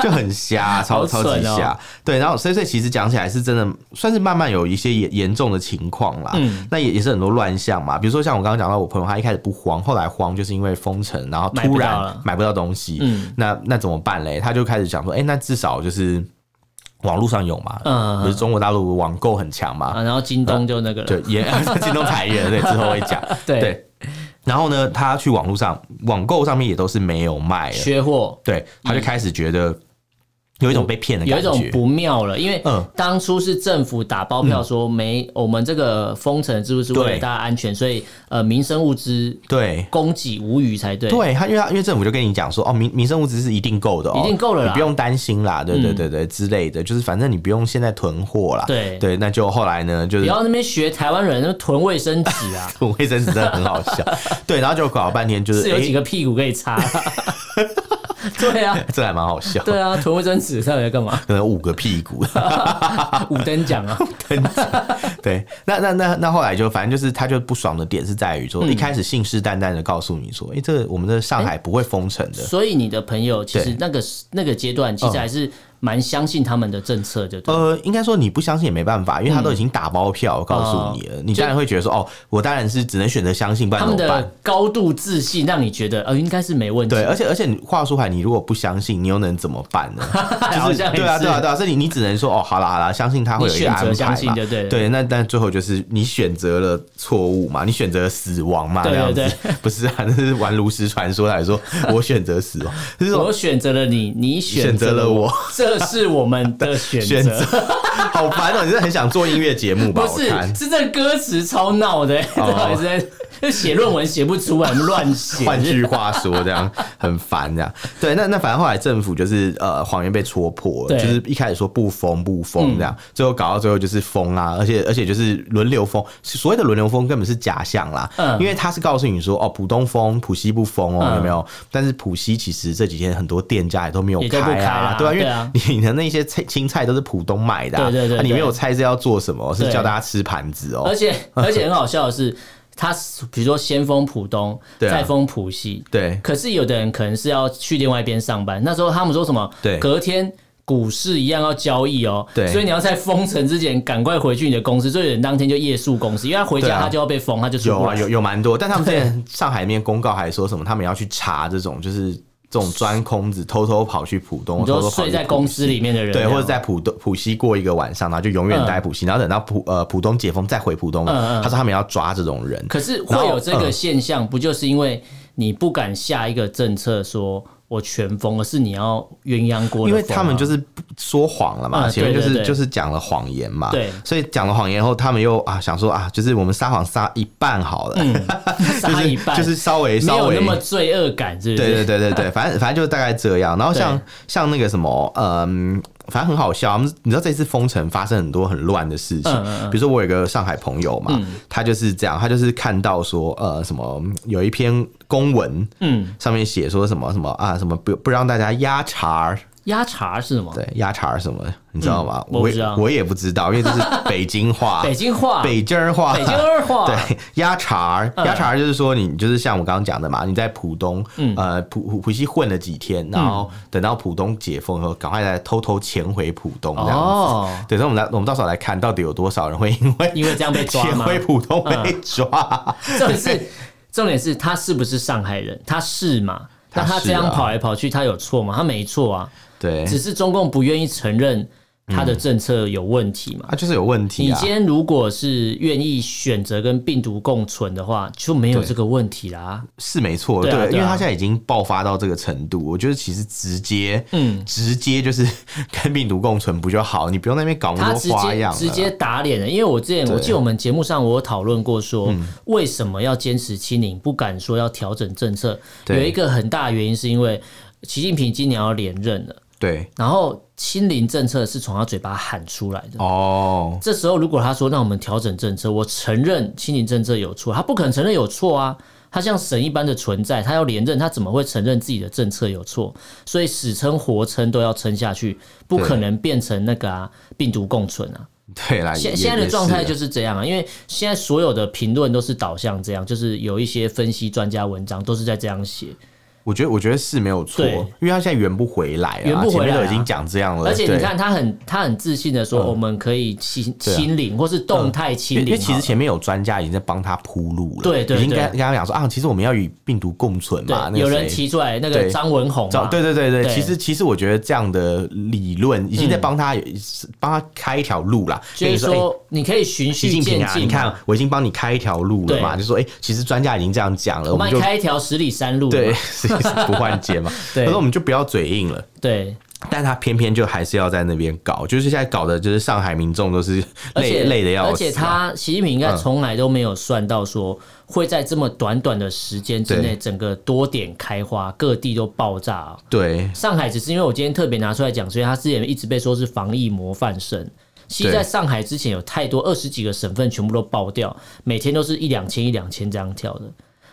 S1: 就很瞎，超
S2: 好
S1: 超
S2: 蠢
S1: 级
S2: 哦
S1: 瞎。对，然后所以所以其实讲起来是真的，算是慢慢有一些严严重的情况啦。嗯，那也也是很多乱象嘛，比如说像我刚刚讲到，我朋友他一开始不慌，后来慌就是因为封城，然后
S2: 买不
S1: 突
S2: 到
S1: 然
S2: 了
S1: 买不到东西，
S2: 嗯
S1: 那那怎么办嘞？他就开始想说，哎、那至少就是网络上有嘛，
S2: 嗯
S1: 嗯，不是中国大陆网购很强嘛，
S2: 啊，然后京东就那个了
S1: 对，，也 京东裁员，对，之后会讲，
S2: 对
S1: 然后呢，他去网络上网购上面也都是没有卖的，
S2: 缺货，
S1: 对，他就开始觉得有一种被骗的
S2: 嗯有
S1: 感
S2: 一种
S1: 觉，
S2: 不妙了，因为
S1: 嗯
S2: 当初是政府打包票说没，我们这个封城制度是为了
S1: 对
S2: 大家安全，所以呃民生物资
S1: 对。
S2: 供给无余才对。
S1: 对他，因为他因为政府就跟你讲说，哦，民民生物资是一定够的、哦，
S2: 一定够了啦嗯
S1: 你不用担心啦，对对对对、之类的，就是反正你不用现在囤货啦，
S2: 对
S1: 对，那就后来呢，就
S2: 不
S1: 是，
S2: 要那边学台湾人那囤卫生纸啊
S1: 囤卫生纸真的很好 笑，对，然后就搞了半天就是，
S2: 是有
S1: 诶
S2: 几个屁股可以 擦。对啊，
S1: 这还蛮好笑，
S2: 对啊，囤卫生纸到底在干嘛？
S1: 可能有五个屁股，
S2: 五等奖啊，
S1: 对，那那那那后来就反正就是他就不爽的点是在于说，一开始信誓旦旦的告诉你说，哎、这个我们的上海不会封城的，
S2: 所以你的朋友其实
S1: 对嗯
S2: 那个那个阶段其实还是蛮相信他们的政策，就对了。
S1: 呃，应该说你不相信也没办法，因为他都已经打包票告诉你了，你当然会觉得说，哦，我当然是只能选择相信，不然
S2: 他
S1: 怎
S2: 们
S1: 么办
S2: 的？高度自信让你觉得呃应该是没问题。
S1: 对，而且而且你话说回来，你如果不相信，你又能怎么办 呢？
S2: 好
S1: 就
S2: 像也
S1: 对啊，
S2: 是
S1: 对啊，对啊，所以你你只能说哦，好啦好啦，相信他会有一
S2: 你
S1: 个
S2: 选
S1: 安
S2: 择
S1: 排嘛。
S2: 相信就对了
S1: 那但最后就是你选择了错误嘛，你选择了死亡嘛，
S2: 对对
S1: 这样子 不是啊？那是玩炉石传说来说，我选择死 亡，就是说
S2: 我选择了你，你选
S1: 选择了我，
S2: 这是我们的选
S1: 选择
S2: 择。，
S1: 好烦哦！你是很想做音乐节目吧？
S2: 不
S1: 我
S2: 是
S1: 看，
S2: 是这歌词超闹的、欸，
S1: 哦
S2: 到底是在就写论文写不出来，乱写。
S1: 换句话说，这样很烦，这样 对。那那反正后来政府就是呃，谎言被戳破了，
S2: 对嗯
S1: 就是一开始说不封不封这样，最后搞到最后就是封啊，而且而且就是轮流封，所谓的轮流封根本是假象啦，
S2: 嗯
S1: 因为他是告诉你说哦，浦东封，浦西不封哦，
S2: 嗯
S1: 有没有？但是浦西其实这几天很多店家也都没有
S2: 也
S1: 开
S2: 都不开
S1: 啊
S2: 啦，
S1: 对吧、
S2: 对
S1: 因
S2: 啊
S1: 为你的那些菜青菜都是浦东买的啊，
S2: 对对对
S1: 啊你没有
S2: 对
S1: 菜是要做什么？是
S2: 对
S1: 叫大家吃盘子哦
S2: 而。 且而且很好笑的是，他比如说先封浦东，
S1: 对啊
S2: 再封浦西，
S1: 对，
S2: 可是有的人可能是要去另外一边上班，那时候他们说什么？
S1: 对
S2: 隔天股市一样要交易哦。
S1: 对
S2: 所以你要在封城之前赶快回去你的公司。所以有人当天就夜宿公司，因为他回
S1: 对
S2: 家
S1: 啊
S2: 他就要被封，他就出
S1: 有
S2: 不
S1: 啊，
S2: 来。
S1: 有有蛮多，但他们之前上海面公告还说什么，他们要去查这种就是这种钻空子，偷偷跑去浦东，
S2: 你
S1: 偷
S2: 就
S1: 偷跑
S2: 睡
S1: 去
S2: 在
S1: 浦
S2: 公司啊里面的人，
S1: 对，
S2: 这样
S1: 或者在浦东浦西过一个晚上，然后就永远待浦西，然后等到浦呃浦东解封再回浦东。
S2: 嗯嗯嗯
S1: 他说他们要抓这种人，
S2: 可是会有这
S1: 嗯
S2: 个现象，不就是因为你不敢下一个政策说我全封，而是你要鸳鸯锅的封啊？
S1: 因为他们就是说谎了嘛，
S2: 嗯
S1: 前面就
S2: 对
S1: 是
S2: 对对
S1: 就是讲了谎言嘛，
S2: 对
S1: 所以讲了谎言后，他们又啊想说啊，就是我们撒谎撒一半好了，
S2: 杀嗯一半，
S1: 就是稍微
S2: 没
S1: 稍
S2: 有
S1: 微
S2: 那么罪恶感，是不是？
S1: 对对对对 对，反正反正就是大概这样。然后像
S2: 对
S1: 像那个什么，嗯，反正很好笑。我们你知道这次封城发生很多很乱的事情，
S2: 嗯嗯
S1: 比如说我有一个上海朋友嘛，他就是这样，他就是看到说呃什么有一篇公文，
S2: 嗯，
S1: 上面写说什么什么啊什么不不让大家压茬儿，
S2: 压茶是什么？
S1: 对压茬儿什么的，你知道吗？
S2: 嗯我不
S1: 也
S2: 知道，
S1: 我也不知道，因为这是北京话
S2: 北京话，
S1: 北京儿话，
S2: 北京二话，
S1: 对，压茬儿，
S2: 啊嗯
S1: 压茬儿就是说你就是像我刚刚讲的嘛，你在浦东，
S2: 嗯
S1: 呃，浦浦浦西混了几天，然后等到浦东解封以后，赶快来偷偷潜回浦东这样子。
S2: 哦，
S1: 对，所以我们来，我们到时候来看到底有多少人会因为
S2: 因为这样被 抓嗯
S1: 潜
S2: 吗？
S1: 回浦东被抓。
S2: 重点是，重点是他是不是上海人？他是嘛？那
S1: 他
S2: 他
S1: 是
S2: 这样
S1: 啊
S2: 跑来跑去，他有错吗？他没错啊，
S1: 对，
S2: 只是中共不愿意承认他的政策有问题嘛。
S1: 啊，就是有问题
S2: 你
S1: 啊
S2: 今。天如果是愿意选择跟病毒共存的话，就没有
S1: 对
S2: 这个问题啦。
S1: 是没错，
S2: 对啊对啊
S1: 因为他现在已经爆发到这个程度，我觉得其实直接，嗯，直接就是 跟病毒共存不就好？你不用在那边搞那
S2: 他
S1: 么
S2: 直
S1: 多花
S2: 接
S1: 样了
S2: 直接打脸了，因为我之前我记得我们节目上我有讨论过说，
S1: 嗯
S2: 为什么要坚持清零，不敢说要调整政策，
S1: 对
S2: 有一个很大的原因是因为习近平今年要连任了，
S1: 对
S2: 然后清零政策是从他嘴巴喊出来的。
S1: 哦，
S2: 这时候如果他说让我们调整政策，我承认清零政策有错，他不肯承认有错啊。他像神一般的存在，他要连任，他怎么会承认自己的政策有错？所以死撑活撑都要撑下去，不
S1: 对
S2: 可能变成那个啊病毒共存啊。
S1: 对啦，也
S2: 现现在的状
S1: 也
S2: 态
S1: 是啊
S2: 就是这样啊，因为现在所有的评论都是导向这样，就是有一些分析专家文章都是在这样写，
S1: 我觉得我觉得是没有错，
S2: 对
S1: 因为他现在圆不回来啊，
S2: 圆不回来啊
S1: 前面都已经讲这样了，
S2: 而且你
S1: 哦对嗯
S2: 看他很他很自信的说我们可以清
S1: 对啊
S2: 清零或是动态清
S1: 因为
S2: 零
S1: 因
S2: 好了，
S1: 为其实前面有专家已经在帮他铺路了，
S2: 对对
S1: 已经跟
S2: 对
S1: 跟他讲说啊，其实我们要与病毒共存
S2: 对
S1: 嘛，那个
S2: 有人
S1: 谁
S2: 提出来那个
S1: 对
S2: 张文宏
S1: 早
S2: 嘛，
S1: 对对对对，
S2: 对
S1: 其实其实我觉得这样的理论已经在帮他帮、他开一条路啦，
S2: 就
S1: 跟
S2: 是
S1: 你哎
S2: 说你可以循
S1: 习
S2: 序
S1: 近
S2: 渐进
S1: 平
S2: 嘛
S1: 啊，你看，我已经帮你开一条路了嘛，
S2: 对
S1: 就说哎、其实专家已经这样讲了，
S2: 我
S1: 我
S2: 们
S1: 们
S2: 还
S1: 就
S2: 开一条十里山路嘛，
S1: 对 是是不换街嘛，
S2: 对
S1: 可是我们就不要嘴硬了。
S2: 对，
S1: 但他偏偏就还是要在那边搞，就是现在搞的，就是上海民众都是
S2: 而且
S1: 累累的要死啊，
S2: 而且他习近平应该
S1: 嗯
S2: 从来都没有算到说会在这么短短的时间之内，
S1: 对
S2: 整个多点开花，各地都爆炸啊、
S1: 对
S2: 上海只是因为我今天特别拿出来讲，所以他之前一直被说是防疫模范生。其实
S1: 对
S2: 在上海之前有太多二十几个省份全部都爆掉，每天都是一两千一两千这样跳的。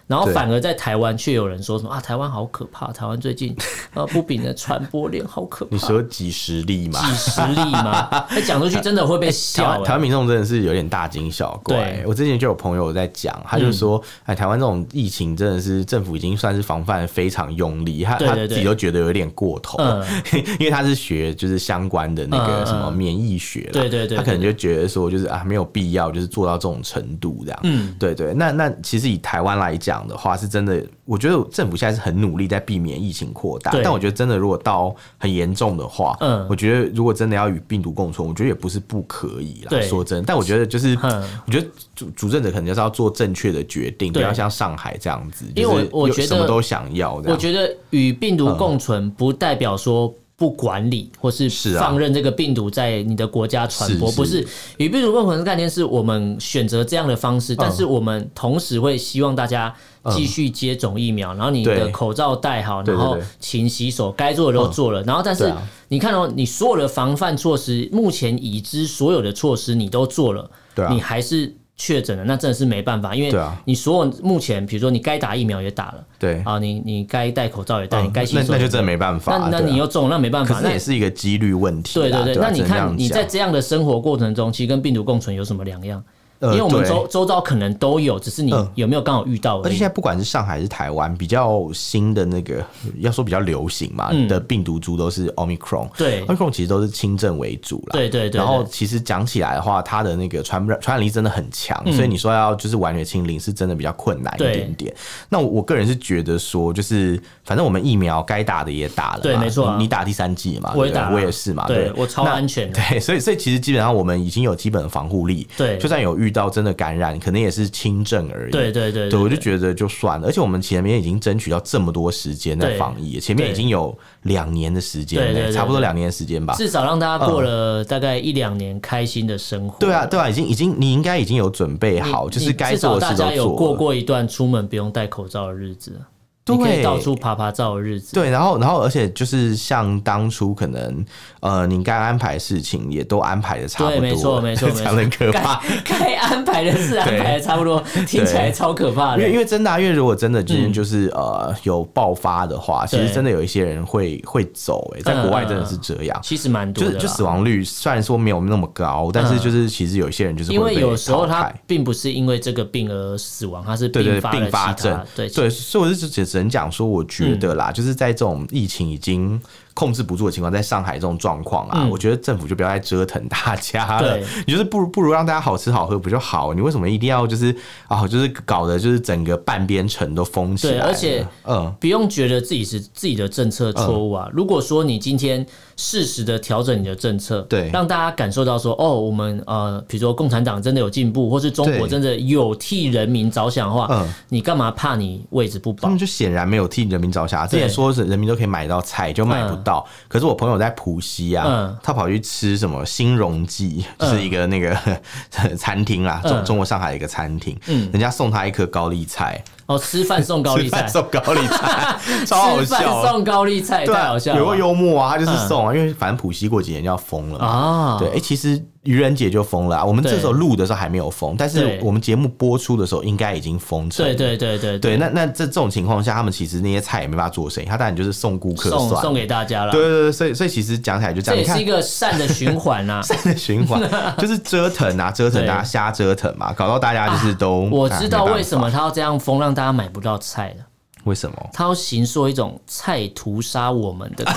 S2: 然后
S1: 对
S2: 反而在台湾却有人说什么啊，台湾好可怕，台湾最 近呃不比的传播链好可怕。
S1: 你说几十例嘛？
S2: 几十例 吗？哎，讲出去真的会被
S1: 台
S2: 笑、
S1: 湾台
S2: 欸。
S1: 湾民众真的是有点大惊小怪
S2: 对。嗯
S1: 我之前就有朋友在讲，他就说，哎，台湾这种疫情真的是政府已经算是防范得非常用力，他
S2: 对
S1: 他
S2: 对对
S1: 自己都觉得有点过头
S2: 嗯，
S1: 因为他是学就是相关的那
S2: 嗯嗯
S1: 个什么免疫学啦，
S2: 对对对
S1: 他可能就觉得说就是啊没有必要就是做到这种程度这样，
S2: 嗯，
S1: 对对。那那其实以台湾来讲的话，是真的，我觉得政府现在是很努力在避免疫情扩大
S2: 对，
S1: 但我觉得真的如果到很严重的话，
S2: 嗯
S1: 嗯，我觉得如果真的要与病毒共存，我觉得也不是不可以啦。
S2: 对
S1: 说真的，但我觉得就是，
S2: 嗯
S1: 我觉得主主政者可能就是要做正确的决定，不
S2: 对
S1: 要像上海这样子，
S2: 因为我
S1: 就是
S2: 我
S1: 有
S2: 觉得
S1: 什么都想要这
S2: 我
S1: 样。
S2: 觉得与病毒共存不代表说不管理或是
S1: 是啊
S2: 放任这个病毒在你的国家传播，
S1: 是是
S2: 不是与病毒共存的概念是我们选择这样的方式，
S1: 嗯
S2: 但是我们同时会希望大家。继续接种疫苗，然后你的
S1: 对
S2: 口罩戴好，
S1: 嗯对
S2: 然
S1: 对
S2: 后
S1: 对
S2: 勤洗手，该做的都做了。然后，但
S1: 对
S2: 是
S1: 啊
S2: 你看哦，你所有的防范措施，目前已知所有的措施你都做了，
S1: 对啊
S2: 你还是确诊了，那真的是没办法，因为
S1: 对啊
S2: 你所有目前，比如说你该打疫苗也打了，
S1: 对
S2: 啊，你你该戴口罩也戴，
S1: 嗯
S2: 你该洗
S1: 那
S2: 手
S1: 那就
S2: 也
S1: 真的没办法
S2: 戴。那
S1: 啊，
S2: 那
S1: 对啊
S2: 你又中，那没办
S1: 可
S2: 法。
S1: 是
S2: 那
S1: 那也是一个几率问题啦。
S2: 对对对，
S1: 啊
S2: 那你
S1: 只能这样
S2: 看你
S1: 讲
S2: 在这样的生活过程中，其实跟病毒共存有什么两样？因
S1: 呃
S2: 为我们
S1: 对
S2: 周周遭可能都有，只是你
S1: 嗯
S2: 有没有刚好遇到
S1: 而
S2: 而
S1: 且
S2: 已
S1: 现。在不管是上海还是台湾，比较新的那个要说比较流行嘛、
S2: 嗯
S1: 的病毒株都是 Omicron，
S2: 对
S1: ，Omicron 其实都是轻症为主啦。
S2: 对对对
S1: 然后
S2: 对
S1: 其实讲起来的话，它的那个传染传染力真的很强，
S2: 嗯
S1: 所以你说要就是完全清零是真的比较困难一
S2: 对
S1: 点点。那我我个人是觉得说，就是反正我们疫苗该打的也打了嘛，
S2: 对没错啊
S1: 你你打第三剂嘛，
S2: 我也
S1: 对不对
S2: 打了
S1: 我也是嘛，
S2: 对
S1: 对
S2: 我超
S1: 那
S2: 安全的
S1: 对，所以所以其实基本上我们已经有基本的防护力，
S2: 对
S1: 就算有遇到真的感染，可能也是轻症而已，
S2: 对对对
S1: 对，我就觉得就算了，而且我们前面已经争取到这么多时间在
S2: 对
S1: 防疫，前面
S2: 对
S1: 已经有两年的时间
S2: 对对
S1: 嘞，
S2: 对
S1: 差不多
S2: 对
S1: 两年的时间吧。
S2: 至少让大家过了大概一两年开心的生活。
S1: 嗯对啊，对啊，已经已经你应该已经有准备
S2: 你，
S1: 好，就是
S2: 你
S1: 该
S2: 至少
S1: 做的
S2: 大
S1: 事都
S2: 家有
S1: 做
S2: 过
S1: 了。
S2: 过一段出门不用戴口罩的日子，
S1: 对
S2: 你可以到处爬爬照的日子。
S1: 对，然后，然后，而且就是像当初可能，呃，你该安排的事情也都安排的差不多
S2: 对，
S1: 了，
S2: 没错没 错没
S1: 才
S2: 错，
S1: 能可怕。
S2: 该该安排的事安排的差不多，听起来超可怕
S1: 因
S2: 的
S1: 为。因为真的、啊，因为如果真的今天就是、呃有爆发的话，其
S2: 嗯对嗯
S1: 实真的有一些人会会走、欸，在国外真的是这样。
S2: 其实蛮多
S1: 就
S2: 的
S1: 是
S2: 啦，
S1: 就死亡率虽然说没有那么高，但是就是其实有一些人就是
S2: 因
S1: 会
S2: 为
S1: 被
S2: 有时候
S1: 淘
S2: 他
S1: 汰
S2: 并不是因为这个病而死亡，他是
S1: 对对
S2: 发了
S1: 并
S2: 其他
S1: 发症，
S2: 对嗯
S1: 对，所以我就只只能讲说，我觉得啦，就是在这种疫情已经控制不住的情况，在上海这种状况啊，
S2: 嗯
S1: 我觉得政府就不要再折腾大家了
S2: 对，
S1: 你就是不如不如让大家好吃好喝不就好？你为什么一定要就是啊，就是搞的就是整个半边城都封起来
S2: 对，
S1: 了？
S2: 而且
S1: 嗯。
S2: 不用觉得自己是自己的政策错误啊。如果说你今天适时的调整你的政策，
S1: 对
S2: 让大家感受到说，哦，我们呃，比如说共产党真的有进步，或是中国
S1: 对
S2: 真的有替人民着想的话，
S1: 嗯
S2: 你干嘛怕你位置不
S1: 他
S2: 保
S1: 们？就显然没有替人民着想啊。之
S2: 对
S1: 前说是人民都可以买到菜，就买不到。可是我朋友在浦西啊，
S2: 嗯
S1: 他跑去吃什么新荣记，就
S2: 嗯
S1: 是一个那个 餐厅啦，中、
S2: 嗯
S1: 中国上海的一个餐厅，人家送他一颗高丽菜，
S2: 哦，吃饭送高 丽菜，
S1: 送高 丽菜，超好
S2: 吃饭
S1: 笑的。
S2: 送高丽菜，
S1: 对
S2: 太
S1: 啊
S2: 好笑，
S1: 有个
S2: 了吧。嗯
S1: 幽默啊，他就是送啊，因为反正浦西过几年就要封了嘛。
S2: 啊，
S1: 对，哎、其实愚人节就封了啊，我们这
S2: 对
S1: 时候录的时候还没有封，但
S2: 对
S1: 是我们节目播出的时候应该已经封城了。
S2: 对对对对
S1: 对，那那这这种情况下，他们其实那些菜也没办法做生意，他当然就是送顾客
S2: 送
S1: 算。
S2: 送给大家了。
S1: 对对对，所以所以其实讲起来就这
S2: 这也
S1: 样，你
S2: 是
S1: 看
S2: 一个善的循环啊呐、
S1: 善的循环 就是折腾啊，折腾
S2: 对
S1: 大家瞎折腾嘛，搞到大家就是都
S2: 我
S1: 哎
S2: 知道
S1: 没办法
S2: 为什么他要这样封，让大家买不到菜了。
S1: 为什么？
S2: 他要行说一种菜屠杀我们的，
S1: 哎，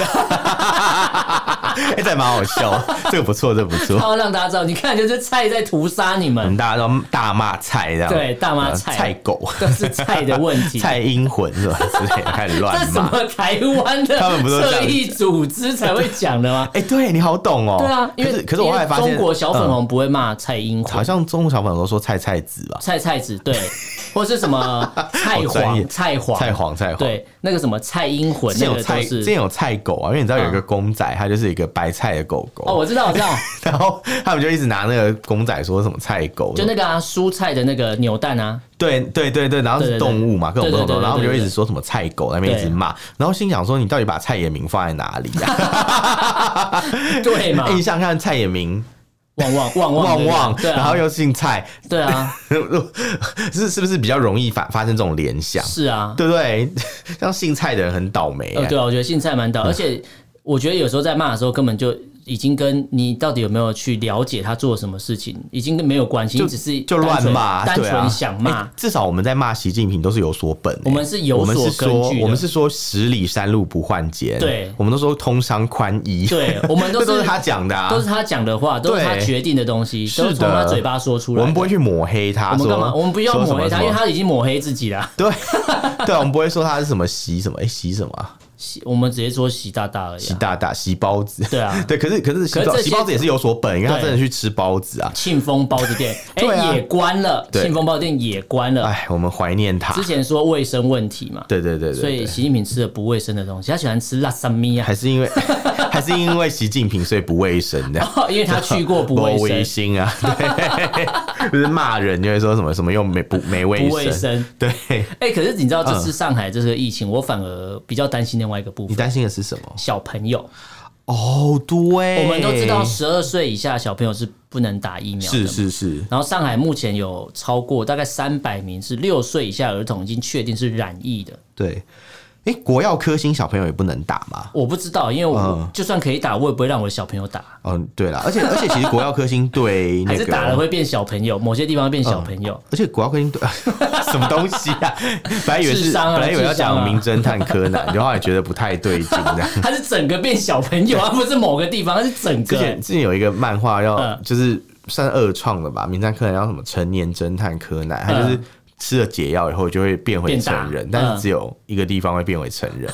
S1: 这还蛮好笑， 这个不错，这个不
S2: 他
S1: 错，
S2: 要让大家知道，你看就是菜在屠杀你
S1: 我们
S2: 们，
S1: 大家都大骂菜这样，
S2: 对大骂
S1: 呃
S2: 菜
S1: 菜狗、
S2: 都是菜的问题。
S1: 菜阴魂是吧？之类的，开始
S2: 这
S1: 乱
S2: 什
S1: 骂。
S2: 么台湾的
S1: 他们不都这
S2: 侧
S1: 样
S2: 翼组织才会讲的吗
S1: ？哎，对你好懂哦。
S2: 对啊，因
S1: 可
S2: 为
S1: 是可是我后来发现，
S2: 因为中国小粉
S1: 嗯
S2: 红不会骂蔡英文
S1: 好，像中国小粉红都说菜菜子吧，
S2: 菜菜子 对，或是什么菜
S1: 好专业
S2: 黄菜黄
S1: 菜黄菜黄。
S2: 对，那个什么蔡英魂
S1: 之前
S2: 那
S1: 有
S2: 个都
S1: 菜，之前
S2: 是嗯
S1: 有菜狗啊，因为你知道有一个公仔，它就是一个白菜的狗狗，
S2: 哦，我知道我知道，
S1: 然后他们就一直拿那个公仔说什么菜狗，
S2: 就那个啊蔬菜的那个扭蛋啊，
S1: 对对对对，然后
S2: 对对
S1: 是动物嘛，各
S2: 对
S1: 种各种
S2: 对对对
S1: 动物，然后他们
S2: 对
S1: 就
S2: 对
S1: 一直说什么菜狗，那边一直
S2: 对
S1: 骂，然后心想说你到底 把蔡衍明放在哪里啊？
S2: 对嘛
S1: 哎，？你想想看蔡衍明
S2: 旺旺旺
S1: 旺
S2: 旺
S1: 旺，
S2: 对
S1: 然后
S2: 啊，
S1: 又姓蔡，
S2: 对啊，
S1: 是是不是比较容易发发生这种联想？
S2: 是 啊，
S1: 对不对？像姓蔡的人很倒霉、
S2: 呃，
S1: 欸，
S2: 对啊，我觉得姓蔡蛮倒，而且我觉得有时候在骂的时候，根本就已经跟你到底有没有去了解他做什么事情，已经跟没有关系，你只是
S1: 就
S2: 单
S1: 乱
S2: 纯
S1: 骂，
S2: 单
S1: 对啊
S2: 纯想骂。
S1: 欸至少我们在骂习近平都是有所本欸、
S2: 我们是有
S1: 我们是
S2: 所根
S1: 说
S2: 据的
S1: 我们是说十里山路不换肩，
S2: 对
S1: 我们都说通商宽衣，
S2: 对我们都
S1: 这都
S2: 是
S1: 是他讲的、啊，
S2: 都是他讲的话，都是他
S1: 对
S2: 决定的东西，都
S1: 是
S2: 是从他
S1: 的
S2: 嘴巴说出来的。
S1: 我们不会去抹黑他，
S2: 我们
S1: 说
S2: 干嘛？我们不要
S1: 说什
S2: 抹
S1: 么
S2: 黑他，
S1: 什
S2: 因
S1: 么
S2: 为他已经抹黑自己了。
S1: 对 啊对，我们不会说他是什么习什么，哎、习什么啊、
S2: 习我们直接说习大大而已
S1: 习
S2: 啊。
S1: 大大习包子，
S2: 对啊
S1: 对，可是可是习
S2: 可是
S1: 包
S2: 这些
S1: 习包子也是有所本，因为他
S2: 对
S1: 真的去吃包子啊，
S2: 庆丰包子店，哎、
S1: 对啊
S2: 也关了，
S1: 对
S2: 庆丰包子店也关了。
S1: 哎，我们怀念他
S2: 之，前说卫生问题嘛，
S1: 对对对对
S2: 所以
S1: 对，
S2: 习近平吃了不卫生的东西，他喜欢吃辣三米啊
S1: 还，是因为 还是因为习近平所以不卫生的。
S2: 因为他去过 不卫
S1: 卫
S2: 生，
S1: 生啊，对，就是骂人就会说什么什么又没不没卫
S2: 不卫
S1: 生，
S2: 生。
S1: 对
S2: 哎、可是你知道这次上海这个疫
S1: 嗯
S2: 情，我反而比较担心另外一个部
S1: 你
S2: 分，
S1: 担心的是什么？
S2: 小朋友。
S1: 哦，对，
S2: 我们都知道，十二岁以下的小朋友是不能打疫苗的嘛。
S1: 哎是是是，
S2: 然后上海目前有超过大概三百名是六岁以下儿童已经确定是染疫的。
S1: 对。哎，国药科兴小朋友也不能打嘛？
S2: 我不知道，因为我、
S1: 嗯
S2: 就算可以打，我也不会让我的小朋友打，
S1: 嗯，对啦，而且而且其实国药科兴对那
S2: 还
S1: 个
S2: 是打了会变小朋友，某些地方会变小朋友。
S1: 而且国药科星 什么东西 啊？本来以为
S2: 智
S1: 是，
S2: 商啊
S1: 本来以为要
S2: 智商啊
S1: 讲名侦探柯南，然后也觉得不太对劲这样。
S2: 他是整个变小朋友，而不是某个地方，他是整
S1: 嗯之
S2: 个。
S1: 前之前有一个漫画要
S2: 嗯
S1: 就是算二创的吧，名侦探柯南叫什么成年侦探柯南，他就是。吃了解药以后就会变回
S2: 嗯变大
S1: 成人，
S2: 嗯
S1: 但是只有一个地方会变回成 人。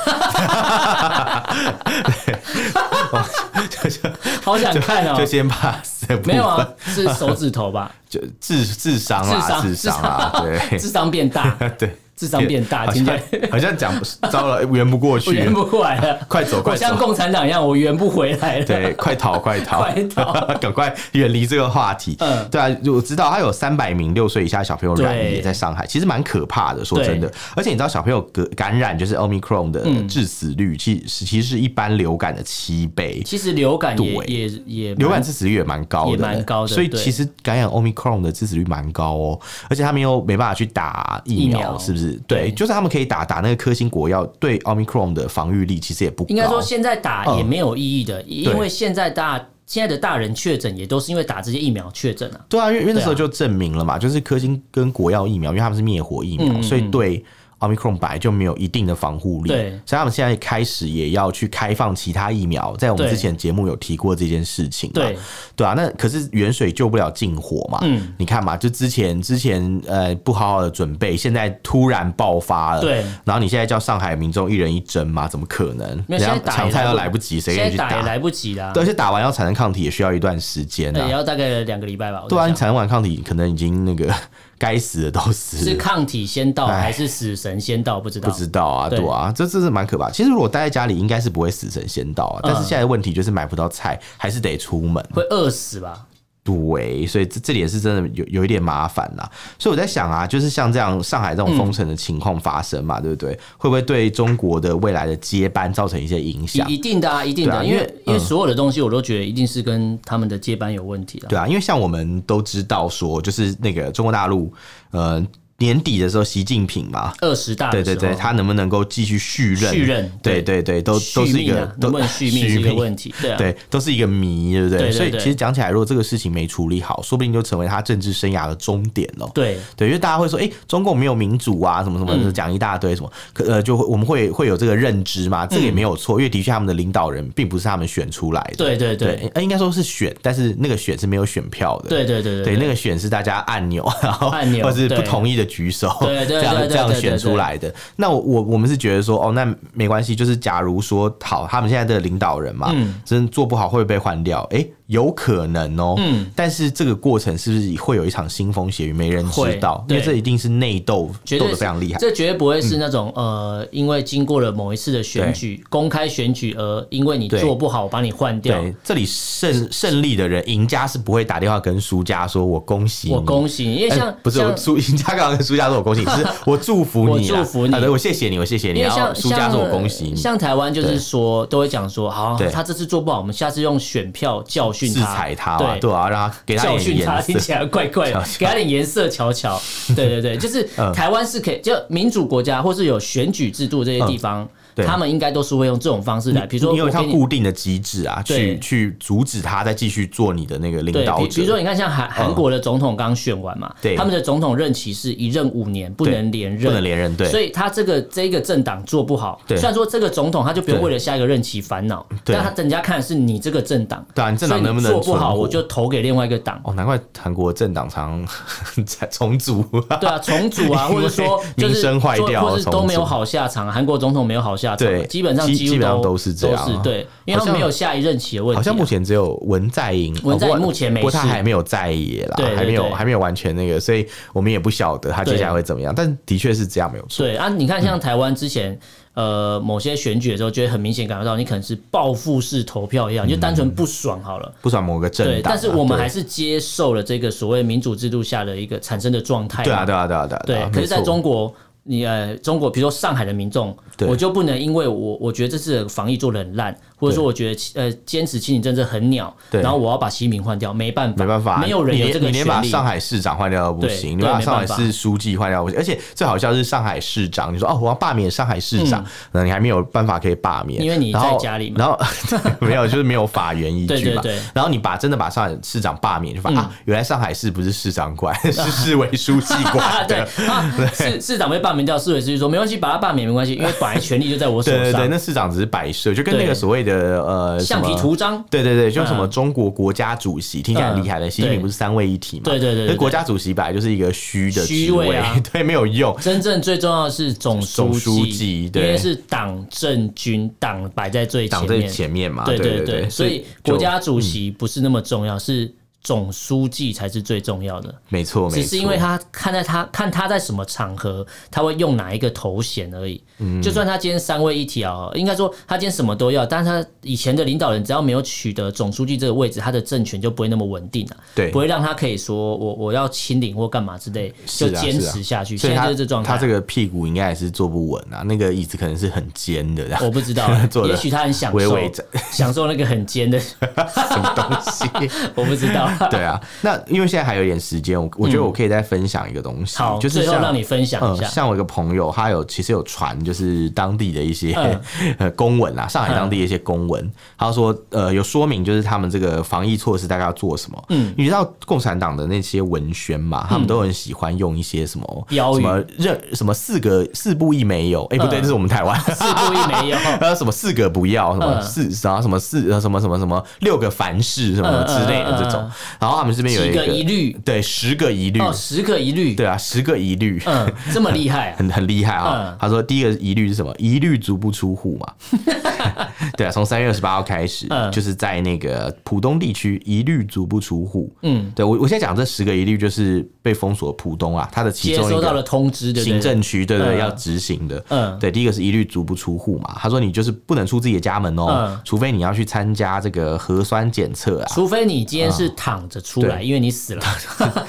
S2: 好想看哦、
S1: 就先 pass 的部分
S2: 没有啊，是手指头吧？
S1: 就智智商啦，
S2: 智商
S1: 智商啦，对
S2: 智商变 大，
S1: 对，
S2: 智商变大，
S1: 好
S2: 听起
S1: 像
S2: 来
S1: 好像讲不糟了，圆不过
S2: 我
S1: 去
S2: 圆，不过来 了。
S1: 快走
S2: 我
S1: 快
S2: 像
S1: 走，
S2: 共产党一样，我圆不回来了。
S1: 对，快逃，快逃，
S2: 快逃
S1: 赶快远离这个话题。
S2: 嗯
S1: 对啊，我知道他有三百名六岁以下小朋友染疫
S2: 对
S1: 在上海，其实蛮可怕的。说真的，而且你知道小朋友感感染就是 Omicron 的
S2: 嗯
S1: 致死率，其实其实是一般流感的七倍。
S2: 其实流感也
S1: 对
S2: 也也蛮
S1: 流感致死率也蛮高的，
S2: 也蛮高的
S1: 所以
S2: 对
S1: 其实感染 Omicron 的致死率蛮高哦，而且他们又没办法去打疫
S2: 疫
S1: 苗，
S2: 苗
S1: 是不是？
S2: 对
S1: 对，就是他们可以打打那个科兴国药，对 Omicron 的防御力其实也不高。
S2: 应该说现在打也没有意义的，因
S1: 嗯对
S2: 为现在大现在的大人确诊也都是因为打这些疫苗确诊啊。
S1: 对啊，因为因为那时候
S2: 对啊
S1: 就证明了嘛，就是科兴跟国药疫苗，因为他们是灭活疫
S2: 嗯
S1: 苗，所以对 Omicron 本来就没有一定的防护力，
S2: 对
S1: 所以他们现在开始也要去开放其他疫苗，在我们
S2: 对
S1: 之前节目有提过这件事情嘛，
S2: 对
S1: 对啊，那可是远水救不了近火嘛，
S2: 嗯
S1: 你看嘛，就之前之前呃不好好的准备，现在突然爆发了，
S2: 对，
S1: 然后你现在叫上海民众一人一针吗？怎么可能？
S2: 没有
S1: 人
S2: 现
S1: 家
S2: 在打也
S1: 抢菜
S2: 来
S1: 都
S2: 不
S1: 来不及，谁
S2: 现
S1: 给你
S2: 在
S1: 去
S2: 打也来不及啦
S1: 对，，啊而且打完要产生抗体也需要一段时间啊
S2: 也，要大概两个礼拜吧。我在
S1: 对啊，你
S2: 想
S1: 产生完抗体，可能已经那个 该死的都死
S2: 是
S1: 了。
S2: 抗体先到
S1: 哎
S2: 还是死神先到？不知道
S1: 不。知道啊，
S2: 对
S1: 对啊，这这是蛮可怕。其实如果待在家里，应该是不会死神先到啊。
S2: 嗯
S1: 但是现在问题就是买不到菜，还是得出门。
S2: 会饿死吧？
S1: 对，所以这这点是真的有有一点麻烦啦。所以我在想啊，就是像这样上海这种封城的情况发生
S2: 嗯
S1: 嘛，对不对？会不会对中国的未来的接班造成一些影响
S2: 一？一定的啊，一定的啊，
S1: 对啊
S2: 因
S1: 因为
S2: 为因为所有的东西我都觉得一定是跟他们的接班有问题了。
S1: 对啊，因为像我们都知道说，就是那个中国大陆，呃，年底的时候，习近平嘛，
S2: 二十大的时
S1: 对
S2: 候
S1: 对对，他能不能够继续续任？
S2: 续任
S1: 对对对，都都是一
S2: 续命
S1: 个
S2: 啊
S1: 都
S2: 能不能续命是一个问题。对啊，
S1: 对，都是一个谜，对不对？
S2: 对对
S1: 所以
S2: 对
S1: 其实讲起来，如果这个事情没处理好，说不定就成为他政治生涯的终点哦。
S2: 对嗯
S1: 对，因为大家会说，哎、中共没有民主啊，什么什么，就讲一大堆什么，可呃，就会我们会会有这个认知
S2: 嗯
S1: 嘛，这个也没有错，因为的确他们的领导人并不是他们选出来的，
S2: 对对对
S1: 对，呃应该说是选，但是那个选是没有选票的，
S2: 对对对
S1: 对，那个选是大家按钮， 然后
S2: 按钮
S1: 或是不
S2: 对
S1: 同意的举手，
S2: 对对对
S1: 这样
S2: 对对
S1: 这样
S2: 对对
S1: 选出来的。那我我我们是觉得说，哦，那没关系，就是假如说好，他们现在的领导人嘛，
S2: 嗯
S1: 真做不好会被换掉，诶，有可能哦，
S2: 嗯
S1: 但是这个过程是不是会有一场腥风血雨，没人知
S2: 会
S1: 道，因为
S2: 对
S1: 这一定是内斗，
S2: 绝
S1: 斗
S2: 对
S1: 得非常厉害。
S2: 这绝对不会是那种、呃，因为经过了某一次的选举，公开选举而因为你
S1: 对
S2: 做不好，我把你换掉。
S1: 对，这里胜胜利的人，赢家是不会打电话跟输家说“我恭喜你”，
S2: 我恭喜你，因为像、
S1: 哎不是
S2: 像
S1: 我输赢家刚刚跟苏 家说我恭喜你， 是我祝福你啦，
S2: 我祝福你
S1: 啊对我谢谢你，我谢谢你，
S2: 因为
S1: 然后
S2: 像
S1: 苏家说我恭喜你，
S2: 像台湾就是
S1: 对
S2: 说都会讲说，好
S1: 对，
S2: 他这次做不好，我们下次用选票教训
S1: 制
S2: 他，
S1: 裁他嘛，
S2: 对
S1: 对啊，让他给他
S2: 教
S1: 点
S2: 训他，
S1: 颜
S2: 听起
S1: 色，
S2: 来 怪怪的，给他点颜色瞧 瞧。对对对，就是
S1: 嗯
S2: 台湾是可以，就民主国家或是有选举制度这些地方，
S1: 嗯对
S2: 他们应该都是会用这种方式来，比如说
S1: 你有
S2: 我
S1: 一套
S2: 给你。
S1: 固定的机制啊，
S2: 对
S1: 去去阻止他再继续做你的那个领
S2: 对，
S1: 导
S2: 比比如说，
S1: 者。
S2: 你看像韩韩国的总统刚选完嘛，
S1: 对
S2: 他们的总统任期是一任五年，不
S1: 对
S2: 能连任，
S1: 不能连任，对，
S2: 所以他这个这个政党做不好，虽
S1: 对
S2: 然说这个总统他就不用
S1: 对
S2: 为了下一个任期烦恼，
S1: 对
S2: 但他人家看的是你这个政党，
S1: 对啊你政党
S2: 所以
S1: 能不能
S2: 做不好，
S1: 存活
S2: 我就投给另外一个党。
S1: 哦，难怪韩国政党常 常在重组，
S2: 对啊，重组啊， 或
S1: 因为
S2: 者说就是
S1: 民生坏掉
S2: 或
S1: 啊
S2: 者是
S1: 重组
S2: 都没有好下场，韩国总统没有好下场，
S1: 对
S2: 基本上
S1: 基
S2: 几乎
S1: 基本上都是这样啊
S2: 都是对，因为他
S1: 好像
S2: 们没有下一任期的问题啊，
S1: 好像目前只有文在寅，
S2: 文在寅
S1: 哦不过
S2: 目前没事
S1: 不过他还没有在野啦，
S2: 对对
S1: 还没有
S2: 对
S1: 还没有完全那个，所以我们也不晓得他接下来会怎么样，但的确是这样没有错，
S2: 对啊，你看
S1: 嗯
S2: 像台湾之前。呃，某些选举的时候，就会很明显感觉到你可能是报复式投票一样，你就单纯不爽好了。
S1: 不算某个政
S2: 对，
S1: 嗯党啊，
S2: 但是我们
S1: 对
S2: 还是接受了这个所谓民主制度下的一个产生的状态嘛。
S1: 对啊对啊对啊对啊，
S2: 哎对
S1: 啊
S2: 可是在。
S1: 没
S2: 中
S1: 错
S2: 国，你呃，中国比如说上海的民众，
S1: 对
S2: 我就不能因为我我觉得这次的防疫做的很烂，或者说我觉得呃坚持清理政策很鸟，
S1: 对
S2: 然后我要把习近平换掉，没办法，
S1: 没办法，
S2: 没有人
S1: 你
S2: 有
S1: 连
S2: 这个
S1: 你连
S2: 权
S1: 把
S2: 利。
S1: 上 海市长换掉都不
S2: 对
S1: 行，你
S2: 对
S1: 把
S2: 没
S1: 上海
S2: 办法
S1: 市书记换掉都不行，而且最好笑是上海市长，你说哦，我要罢免上海市长，那你还没有办法可以罢免，
S2: 嗯因为你
S1: 然后
S2: 在家里嘛
S1: 然后 没有就是没有法源依
S2: 对
S1: 据
S2: 对
S1: 嘛
S2: 对，嗯
S1: 然后你把真的把上海市长罢免，就发现啊，原来上海市不是市 长管，是市委书记
S2: 啊，
S1: 管
S2: 对
S1: 的。
S2: 啊，市市长被罢免掉，市委书记说没关系，把他罢免没关系，因为本来权力就在我手
S1: 对对对，
S2: 上，
S1: 那市长只是摆设，就跟那
S2: 对
S1: 个所谓的呃
S2: 橡皮。
S1: 什么
S2: 图章。
S1: 对对对，就什么
S2: 嗯
S1: 中国国家主席，听起来很厉害的。
S2: 嗯
S1: 习近
S2: 对
S1: 平不是三位一体嘛？
S2: 对对对对
S1: 可是国
S2: 对
S1: 家主席本来就是一个虚的
S2: 虚
S1: 职
S2: 位
S1: 位
S2: 啊，
S1: 对，没有用。
S2: 真正最重要的是总书
S1: 总书记
S2: 因
S1: 对
S2: 为是党政军党摆在最前
S1: 挡在
S2: 面。
S1: 前面嘛，
S2: 啊对
S1: 对
S2: 对对，所以
S1: 就嗯
S2: 国家主席不是那么重要，是总书记才是最重要的。
S1: 没错，没
S2: 只
S1: 错，
S2: 是因为他看在他看他在什么场合，他会用哪一个头衔而已。
S1: 嗯
S2: 就算他今天三位一体啊，应该说他今天什么都要，但是他以前的领导人只要没有取得总书记这个位置，他的政权就不会那么稳定啊，
S1: 对
S2: 不会让他可以说我我要清零或干嘛之类，就是
S1: 啊
S2: 坚持下去。
S1: 所
S2: 现
S1: 以
S2: 在
S1: 他
S2: 就是这状态啊。
S1: 他这个屁股应该也是坐不稳啊，那个椅子可能是很尖的，这样，
S2: 我不知道
S1: 做得
S2: 也许他很享
S1: 微
S2: 受
S1: 微在
S2: 享受那个很尖的，
S1: 什么东西？
S2: 我不知道。
S1: 对啊，那因为现在还有一点时间，我我觉得我可以再分享一个东西，
S2: 嗯好，
S1: 就是
S2: 最后
S1: 像
S2: 让你分享
S1: 嗯
S2: 一，下。
S1: 像我一个朋友，他有其实有传就是当地的一些、
S2: 嗯
S1: 呃公文啊，上海当地的一些公文，他说呃有说明就是他们这个防疫措施大概要做什么。嗯，你知道共产党的那些文宣嘛，他们都很喜欢用一些什么、
S2: 嗯标语
S1: 什么任什么四个四不一没有，哎、不对，
S2: 嗯
S1: 这是我们 台湾。
S2: 是故意没有，
S1: 还有什么四个不要，什么
S2: 嗯
S1: 四，然后什么四，呃什么什么什么六个凡是，什么什么之类
S2: 嗯嗯嗯
S1: 的这
S2: 嗯
S1: 种。然后他们这边有
S2: 几
S1: 一
S2: 个
S1: 个
S2: 一律
S1: 对，十个一律，
S2: 哦，十个一律，
S1: 对啊，十个一律。
S2: 嗯，这么厉害啊，
S1: 很 很厉害啊、
S2: 嗯
S1: 他说第一个疑虑是什么？疑虑足不出户 嘛。 对啊，从三月二十八号开始、
S2: 嗯
S1: 就是在那个浦东地区疑虑足不出户。
S2: 嗯
S1: 嗯，对我我现在讲这十个疑虑就是被封锁浦东啊，它的其
S2: 接
S1: 中一
S2: 收到了
S1: 个。
S2: 通知，对不对
S1: 行政区对
S2: 嗯
S1: 对对要执行的，
S2: 嗯
S1: 对，第一个是一律足不出户嘛。他说你就是不能出自己的家门哦，
S2: 嗯
S1: 除非你要去参加这个核酸检测啊，
S2: 除非你今天是躺着出来，
S1: 对
S2: 因为你死了，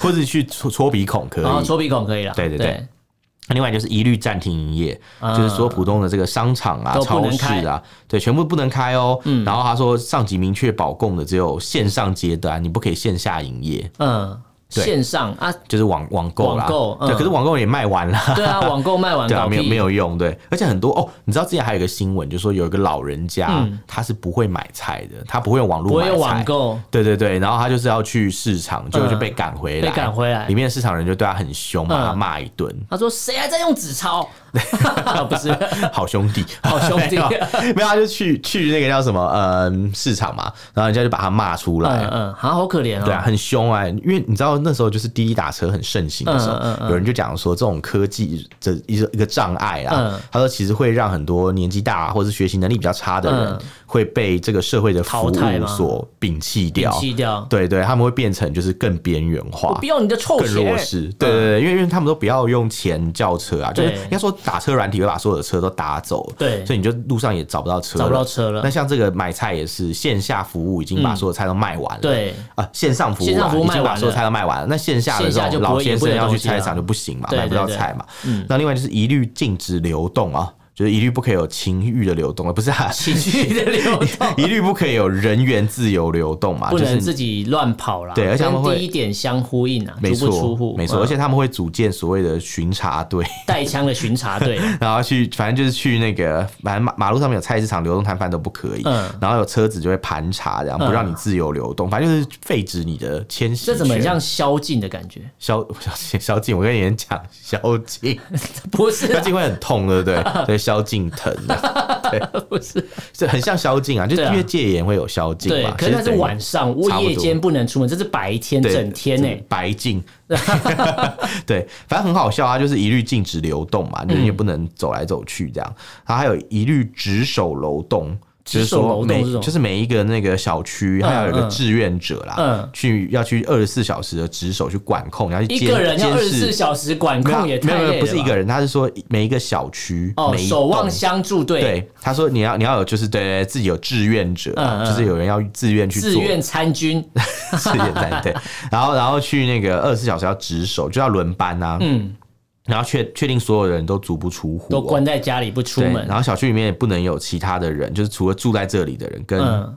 S1: 或者去戳戳鼻孔可以，
S2: 然后戳鼻孔可以了。
S1: 对对对那另外就是一律暂停营业，
S2: 啊
S1: 就是说普通的这个商场啊、
S2: 都不
S1: 超
S2: 能
S1: 市
S2: 开嗯
S1: 啊，对，全部不能开哦。然后他说，上级明确保供的只有线上接单，你不可以线下营业，
S2: 嗯，
S1: 对
S2: 线上 啊，
S1: 就是网网购啦。
S2: 网购嗯
S1: 对，可是网购也卖完了。
S2: 对啊，网购卖完
S1: 对啊，
S2: 搞
S1: 没有
S2: 屁
S1: 没有用，对，而且很多哦，你知道之前还有一个新闻，就说有一个老人家、他是不会买菜的，他不会用
S2: 嗯
S1: 网
S2: 不
S1: 络
S2: 会
S1: 买
S2: 有网
S1: 菜，
S2: 购，嗯
S1: 对对对，然后他就是要去市场，结果就被赶回来，
S2: 被赶回来
S1: 里面的市场人就对他很凶，把他
S2: 嗯
S1: 骂一顿，
S2: 他说谁还在用纸 钞？ 不是，
S1: 好兄弟，
S2: 好兄弟
S1: 没有， 没有，他就去去那个叫什么呃市场嘛，然后人家就把他骂出
S2: 嗯
S1: 来。
S2: 嗯，啊，好可怜哦。
S1: 对啊，很凶啊！因为你知道那时候就是滴滴打车很盛行的时候，
S2: 嗯嗯嗯
S1: 有人就讲说这种科技的一个一个障碍啊，
S2: 嗯
S1: 他说其实会让很多年纪大或是学习能力比较差的人
S2: 嗯
S1: 会被这个社会的服
S2: 淘汰吗
S1: 务所摒弃掉，
S2: 摒弃掉
S1: 对对，他们会变成就是更边缘
S2: 我
S1: 化
S2: 不。要你的臭
S1: 更弱
S2: 钱。
S1: 势，对对对，因为因为他们都不要用钱叫车啊，就是
S2: 嗯对
S1: 应该说打车软体会把所有的车都打走，
S2: 对
S1: 所以你就路上也找不到车，
S2: 找不到车了
S1: 那像这个买菜也是线下服务已经把所有菜都卖完了，
S2: 对
S1: 啊，线上服务啊
S2: 线上服务
S1: 已
S2: 卖
S1: 经
S2: 完
S1: 把
S2: 了
S1: 所有菜都卖完完，那线下的这
S2: 线下就
S1: 种
S2: 不会
S1: 老先生要
S2: 也不会有
S1: 去菜市
S2: 东西啊
S1: 场就不行嘛，
S2: 对
S1: 买不到
S2: 对对嗯
S1: 菜嘛。那另外就是一律禁止流动啊，就是一律不可以有情欲的流动，不是啊，，
S2: 情绪的流动
S1: 一律不可以有人员自由流动嘛，
S2: 不
S1: 啊就是
S2: 能
S1: 你
S2: 自己乱跑啦。
S1: 对而且他们
S2: 跟
S1: 会
S2: 第一点相呼应啊，
S1: 没
S2: 足不出
S1: 错
S2: 户，
S1: 没错，
S2: 嗯
S1: 而且他们会组建所谓的巡查队，
S2: 带枪的巡查 队，
S1: 然后去，反正就是去那个，反正马马路上面有菜市场、流动摊贩都不可以，
S2: 嗯
S1: 然后有车子就会盘查，然后不让你自由流动，反正就是废止你的迁徙
S2: 这
S1: 权。
S2: 怎么很像宵禁的感觉？
S1: 宵宵宵禁？我跟你们讲，宵禁，
S2: 不是
S1: 宵
S2: 啊、
S1: 禁会很痛， 对不对？对，宵禁疼啊，
S2: 不是，
S1: 这很像宵禁啊，就是
S2: 对啊
S1: 因为戒严会有宵禁
S2: 对
S1: 嘛，，
S2: 可是那
S1: 其实
S2: 是
S1: 等于
S2: 晚上，我
S1: 差不多
S2: 夜间不能出门，这是白天
S1: 对
S2: 整天欸呢、
S1: 就是白净， 对，反正很好笑啊，就是一律禁止流动
S2: 嗯
S1: 嘛，就是你也不能走来走去这样，然后还有一律值守楼栋。就是
S2: 值守楼栋
S1: 说每
S2: 是什么
S1: 就是每一个那个小区，它要有一个
S2: 嗯
S1: 志愿者啦，
S2: 嗯
S1: 去要去二十四小时的值守去管控，然后去
S2: 一
S1: 监
S2: 个人要
S1: 监
S2: 二十四
S1: 视。
S2: 小时管
S1: 没有啊
S2: 控也
S1: 没
S2: 太
S1: 有没
S2: 累了
S1: 有，
S2: 吧。
S1: 不是一个人，他是说每一个小区
S2: 哦，
S1: 每一
S2: 守望
S1: 栋
S2: 相助队，
S1: 对，他说你要你要有就是对对对自己有志愿者啊，
S2: 嗯嗯
S1: 就是有人要自愿去做
S2: 自愿参军，
S1: 四点三对，然后然后去那个二十四小时要值守，就要轮班啊，嗯，然后确确定所有人都足不出户、
S2: 都
S1: 哦。
S2: 关在家里不出
S1: 对，
S2: 门
S1: 然，后小区里面也不能有其他的人，就是除了住在这里的人跟
S2: 嗯，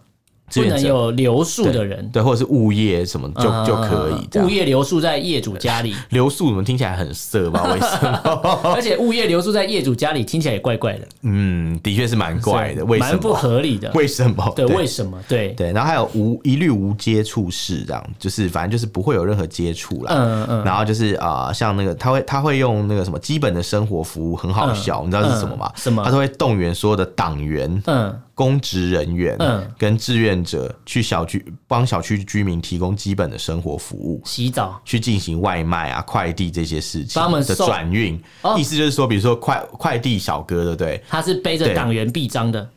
S1: 志
S2: 不
S1: 愿
S2: 能
S1: 者，
S2: 有留宿的人，
S1: 对，或者是物业什么就、
S2: 嗯
S1: 就可以这
S2: 物
S1: 样。
S2: 业留宿在业主家里，
S1: 留宿怎么听起来很色，不知道为 什么。
S2: 而且物业留宿在业主家里听起来也怪怪的，啊
S1: 嗯，的确是蛮怪的，为什
S2: 蛮不
S1: 么？
S2: 合理的。
S1: 为什么？
S2: 对，为什么？对，
S1: 对，然后还有无一律无接触式，这样就是反正就是不会有任何接触啦。
S2: 嗯嗯
S1: 然后就是啊、呃像那个他会他会用那个什么基本的生活服务，很好笑，你知道是什么吗？
S2: 嗯什么
S1: 他都会动员所有的党员、
S2: 嗯，
S1: 公职人员、
S2: 嗯
S1: 跟志愿者去小区帮小区居民提供基本的生活服务。
S2: 洗澡
S1: 去进行外卖啊、快递这些事情
S2: 帮他们
S1: 的
S2: 送
S1: 转运，
S2: 哦
S1: 意思就是说，比如说快快递小哥，对不对？
S2: 他是背着
S1: 对
S2: 党员臂章的，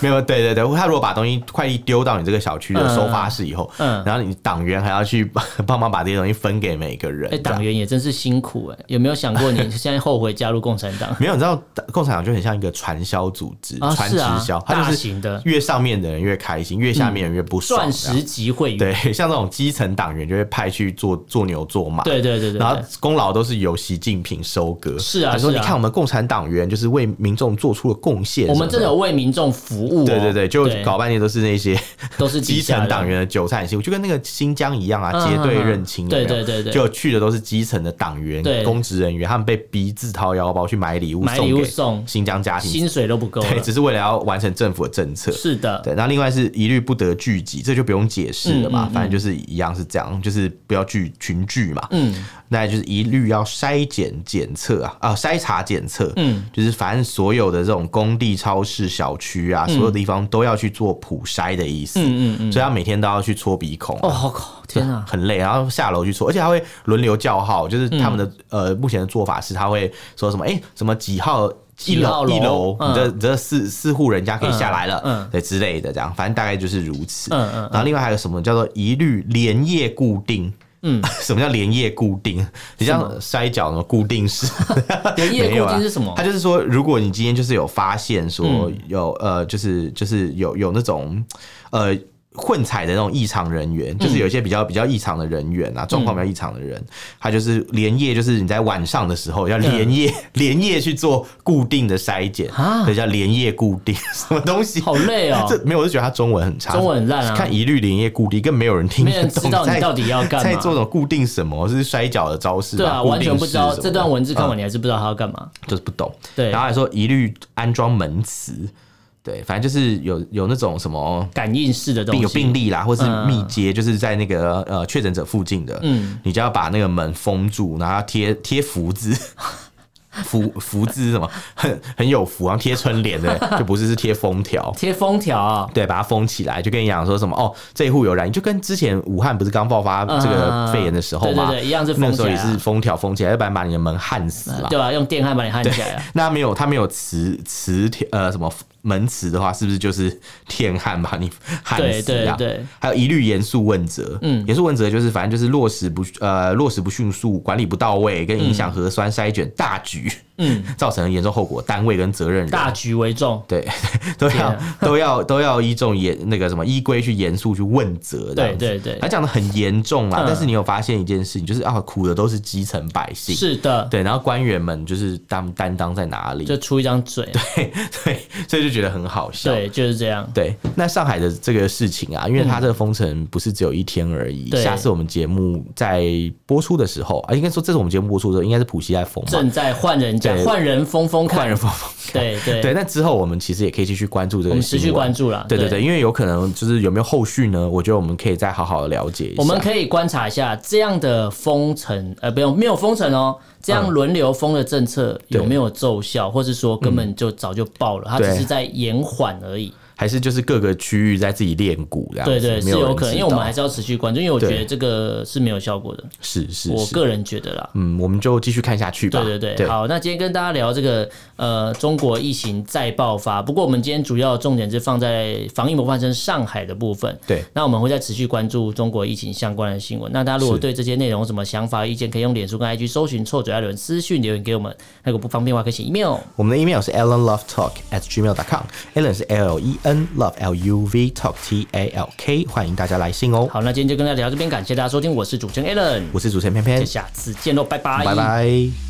S1: 没有，对对对，他如果把东西快递丢到你这个小区的收发室以后，
S2: 嗯嗯
S1: 然后你党员还要去 帮忙把这些东西分给每个人。
S2: 哎，
S1: 这样
S2: 党员也真是辛苦哎，有没有想过你现在后悔加入共产党？
S1: 没有，你知道共产党就很像一个传销组织，
S2: 啊
S1: 传
S2: 是
S1: 直
S2: 啊
S1: 销，它
S2: 大
S1: 就是
S2: 型的
S1: 越上面的人越开心，越下面的人越不爽。啊
S2: 钻
S1: 这样
S2: 石集会员，
S1: 对， 像这种基层党员就会派去做做牛做马，
S2: 对对对对
S1: 然后
S2: 对，
S1: 功劳都是由习近平收割。
S2: 是啊
S1: 他说
S2: 是
S1: 你
S2: 啊
S1: 看我们共产党员就是为民众做出了贡献，
S2: 我们真
S1: 什么
S2: 的
S1: 什
S2: 有
S1: 么。
S2: 为民众服务哦，
S1: 对对对，就
S2: 对
S1: 搞半天都是那些
S2: 都是
S1: 基
S2: 底下
S1: 层
S2: 人
S1: 党员的韭菜心，就跟那个新疆一样啊，
S2: 嗯
S1: 结对认亲有
S2: 嗯嗯
S1: 没有，
S2: 对对对对
S1: 就去的都是基层的党员
S2: 对、
S1: 公职人员，他们被逼自掏腰包去买礼物，
S2: 买礼物送
S1: 给新疆家庭，
S2: 薪水都不够
S1: 对，
S2: 了。
S1: 只是为了要完成政府的政策。
S2: 是的，
S1: 对，然后另外是一律不得聚集，这就不用解释了嘛，
S2: 嗯嗯嗯
S1: 反正就是一样是这样，就是不要聚群聚嘛。
S2: 嗯，
S1: 那就是一律要筛检检测啊，啊筛查检测，
S2: 嗯，
S1: 就是反正所有的这种工地、超市、小区啊，所有地方都要去做普筛的意思，
S2: 嗯嗯嗯嗯
S1: 所以他每天都要去搓鼻孔啊、
S2: 哦，好靠，天啊！
S1: 很累，然后下楼去搓，而且他会轮流叫号，就是
S2: 嗯
S1: 他们的、呃目前的做法是，他会说什么哎、什么几号。一
S2: 几号
S1: 楼
S2: 楼
S1: 一楼，
S2: 嗯
S1: 你这你这四四户人家可以下来了，
S2: 嗯嗯
S1: 对之类的，这样反正大概就是如此。
S2: 嗯嗯嗯
S1: 然后另外还有什么叫做一律连夜固定？嗯，什么叫连夜固定？你像摔跤什么固定式？
S2: 连夜
S1: 没有
S2: 固
S1: 啊
S2: 定是什么嗯
S1: 他？就是说，如果你今天就是有发现说有、呃，就是就是有有那种呃。混彩的那种异常人员，
S2: 嗯
S1: 就是有一些比较比较异常的人员啊，状况比较异常的人，他就是连夜，就是你在晚上的时候要
S2: 嗯
S1: 连夜、 连夜去做固定的筛检，
S2: 啊
S1: 所以叫连夜固定， 什么东西？
S2: 好累哦
S1: 这没有，我就觉得他中文很差，
S2: 中文很烂啊
S1: 看一律连夜固定，更没有人听得
S2: 没人
S1: 懂
S2: 知道你
S1: 在
S2: 到底要干嘛
S1: 在做什么固定什么，是摔跤的招式吗？
S2: 对啊，完全不知
S1: 固
S2: 道
S1: 定式什么的
S2: 这段文字看
S1: 嗯
S2: 完你还是不知道他要干嘛。
S1: 就是不懂。
S2: 对
S1: 然后还说一律安装门磁，对，反正就是有有那种什么。
S2: 感应式的东
S1: 病
S2: 西，
S1: 有病例啦，或是
S2: 嗯
S1: 密接，就是在那个呃确诊者附近的，嗯，你就要把那个门封住，然后要贴贴福字， 福福字是什么很很有福，然后贴春联的，就不是是贴封条，
S2: 贴封条啊，
S1: 对，把它封起来，就跟你讲说什么哦，这一户有染疫，就跟之前武汉不是刚爆发这个肺炎的时候
S2: 嗯嗯嗯
S1: 嘛，
S2: 对对对一样是封
S1: 那时候
S2: 起
S1: 也
S2: 来啊
S1: 是封条封起来，要不然把你的门焊死啊嘛，
S2: 对吧？用电焊把你焊起来啊。
S1: 那没有，它没有磁磁铁呃什么门磁的话，是不是就是电焊把 你焊
S2: 对
S1: 死啊？
S2: 对对
S1: 还有一律严肃问责，嗯，严肃问责就是反正就是落实不呃落实不迅速，管理不到位，跟影响核酸筛检大局。嗯， 造成严重后果，单位跟责任人
S2: 大局为重。
S1: 对 都
S2: 天
S1: 要
S2: 啊
S1: 都要都要依重严那个什么依规去严肃去问责这样子，
S2: 对对对
S1: 他讲的很严重啦
S2: 嗯。
S1: 但是你有发现一件事情，就是啊，苦的都是基层百姓，
S2: 是的，
S1: 对，然后官员们就是他们担当在哪里，
S2: 就出一张嘴，
S1: 对，所以就觉得很好笑。
S2: 对，就是这样。
S1: 对，那上海的这个事情啊，因为它这个封城不是只有一天而已。
S2: 对
S1: 下次我们节目在播出的时候啊，应该说这是我们节目播出的时候，应该是普希在封嘛，
S2: 正在换人家，
S1: 对
S2: 换人疯疯看
S1: 换，人 封封。
S2: 对对
S1: 对，那之后我们其实也可以继续关注这
S2: 我
S1: 个
S2: 们持
S1: 新
S2: 续
S1: 闻
S2: 关。注啦。
S1: 对对对，因为有可能就是有没有后续呢？我觉得我们可以再好好的了解一下。
S2: 我们可以观察一下这样的封城，呃，不用没有封城哦，这
S1: 嗯
S2: 样轮流封的政策有没有奏效，或是说根本就早就爆了，它只
S1: 嗯对
S2: 是在延缓而已。
S1: 还是就是各个区域在自己练鼓这样子，
S2: 对对，是
S1: 没有
S2: 有
S1: 人
S2: 可能，
S1: 知
S2: 因为我们
S1: 道
S2: 还是要持续关注，因为我觉得
S1: 对
S2: 这个是没有效果的，
S1: 是是
S2: 我
S1: 是，
S2: 个人觉得啦。
S1: 嗯，我们就继续看下去吧。
S2: 对对对，好，那今天跟大家聊这个呃，中国疫情再爆发。不过我们今天主要重点是放在防疫模范生上海的部分。
S1: 对
S2: 那我们会再持续关注中国疫情相关的新闻。那大家如果
S1: 是
S2: 对这些内容有什么想法、意见，可以用脸书跟 IG 搜寻“臭嘴艾伦”私讯留言给我们。如果不方便的话，可以写 email。
S1: 我们的 email 是 allenlovetalk at gmail.com。Allen 是 L E N love L U V talk T A L K，欢迎大家来信哦。
S2: 好，那今天就跟大家聊到这边，感谢大家收听，我是主持人 Alan，
S1: 我是主持人偏偏
S2: 就，下次见喽，拜拜，
S1: 拜拜。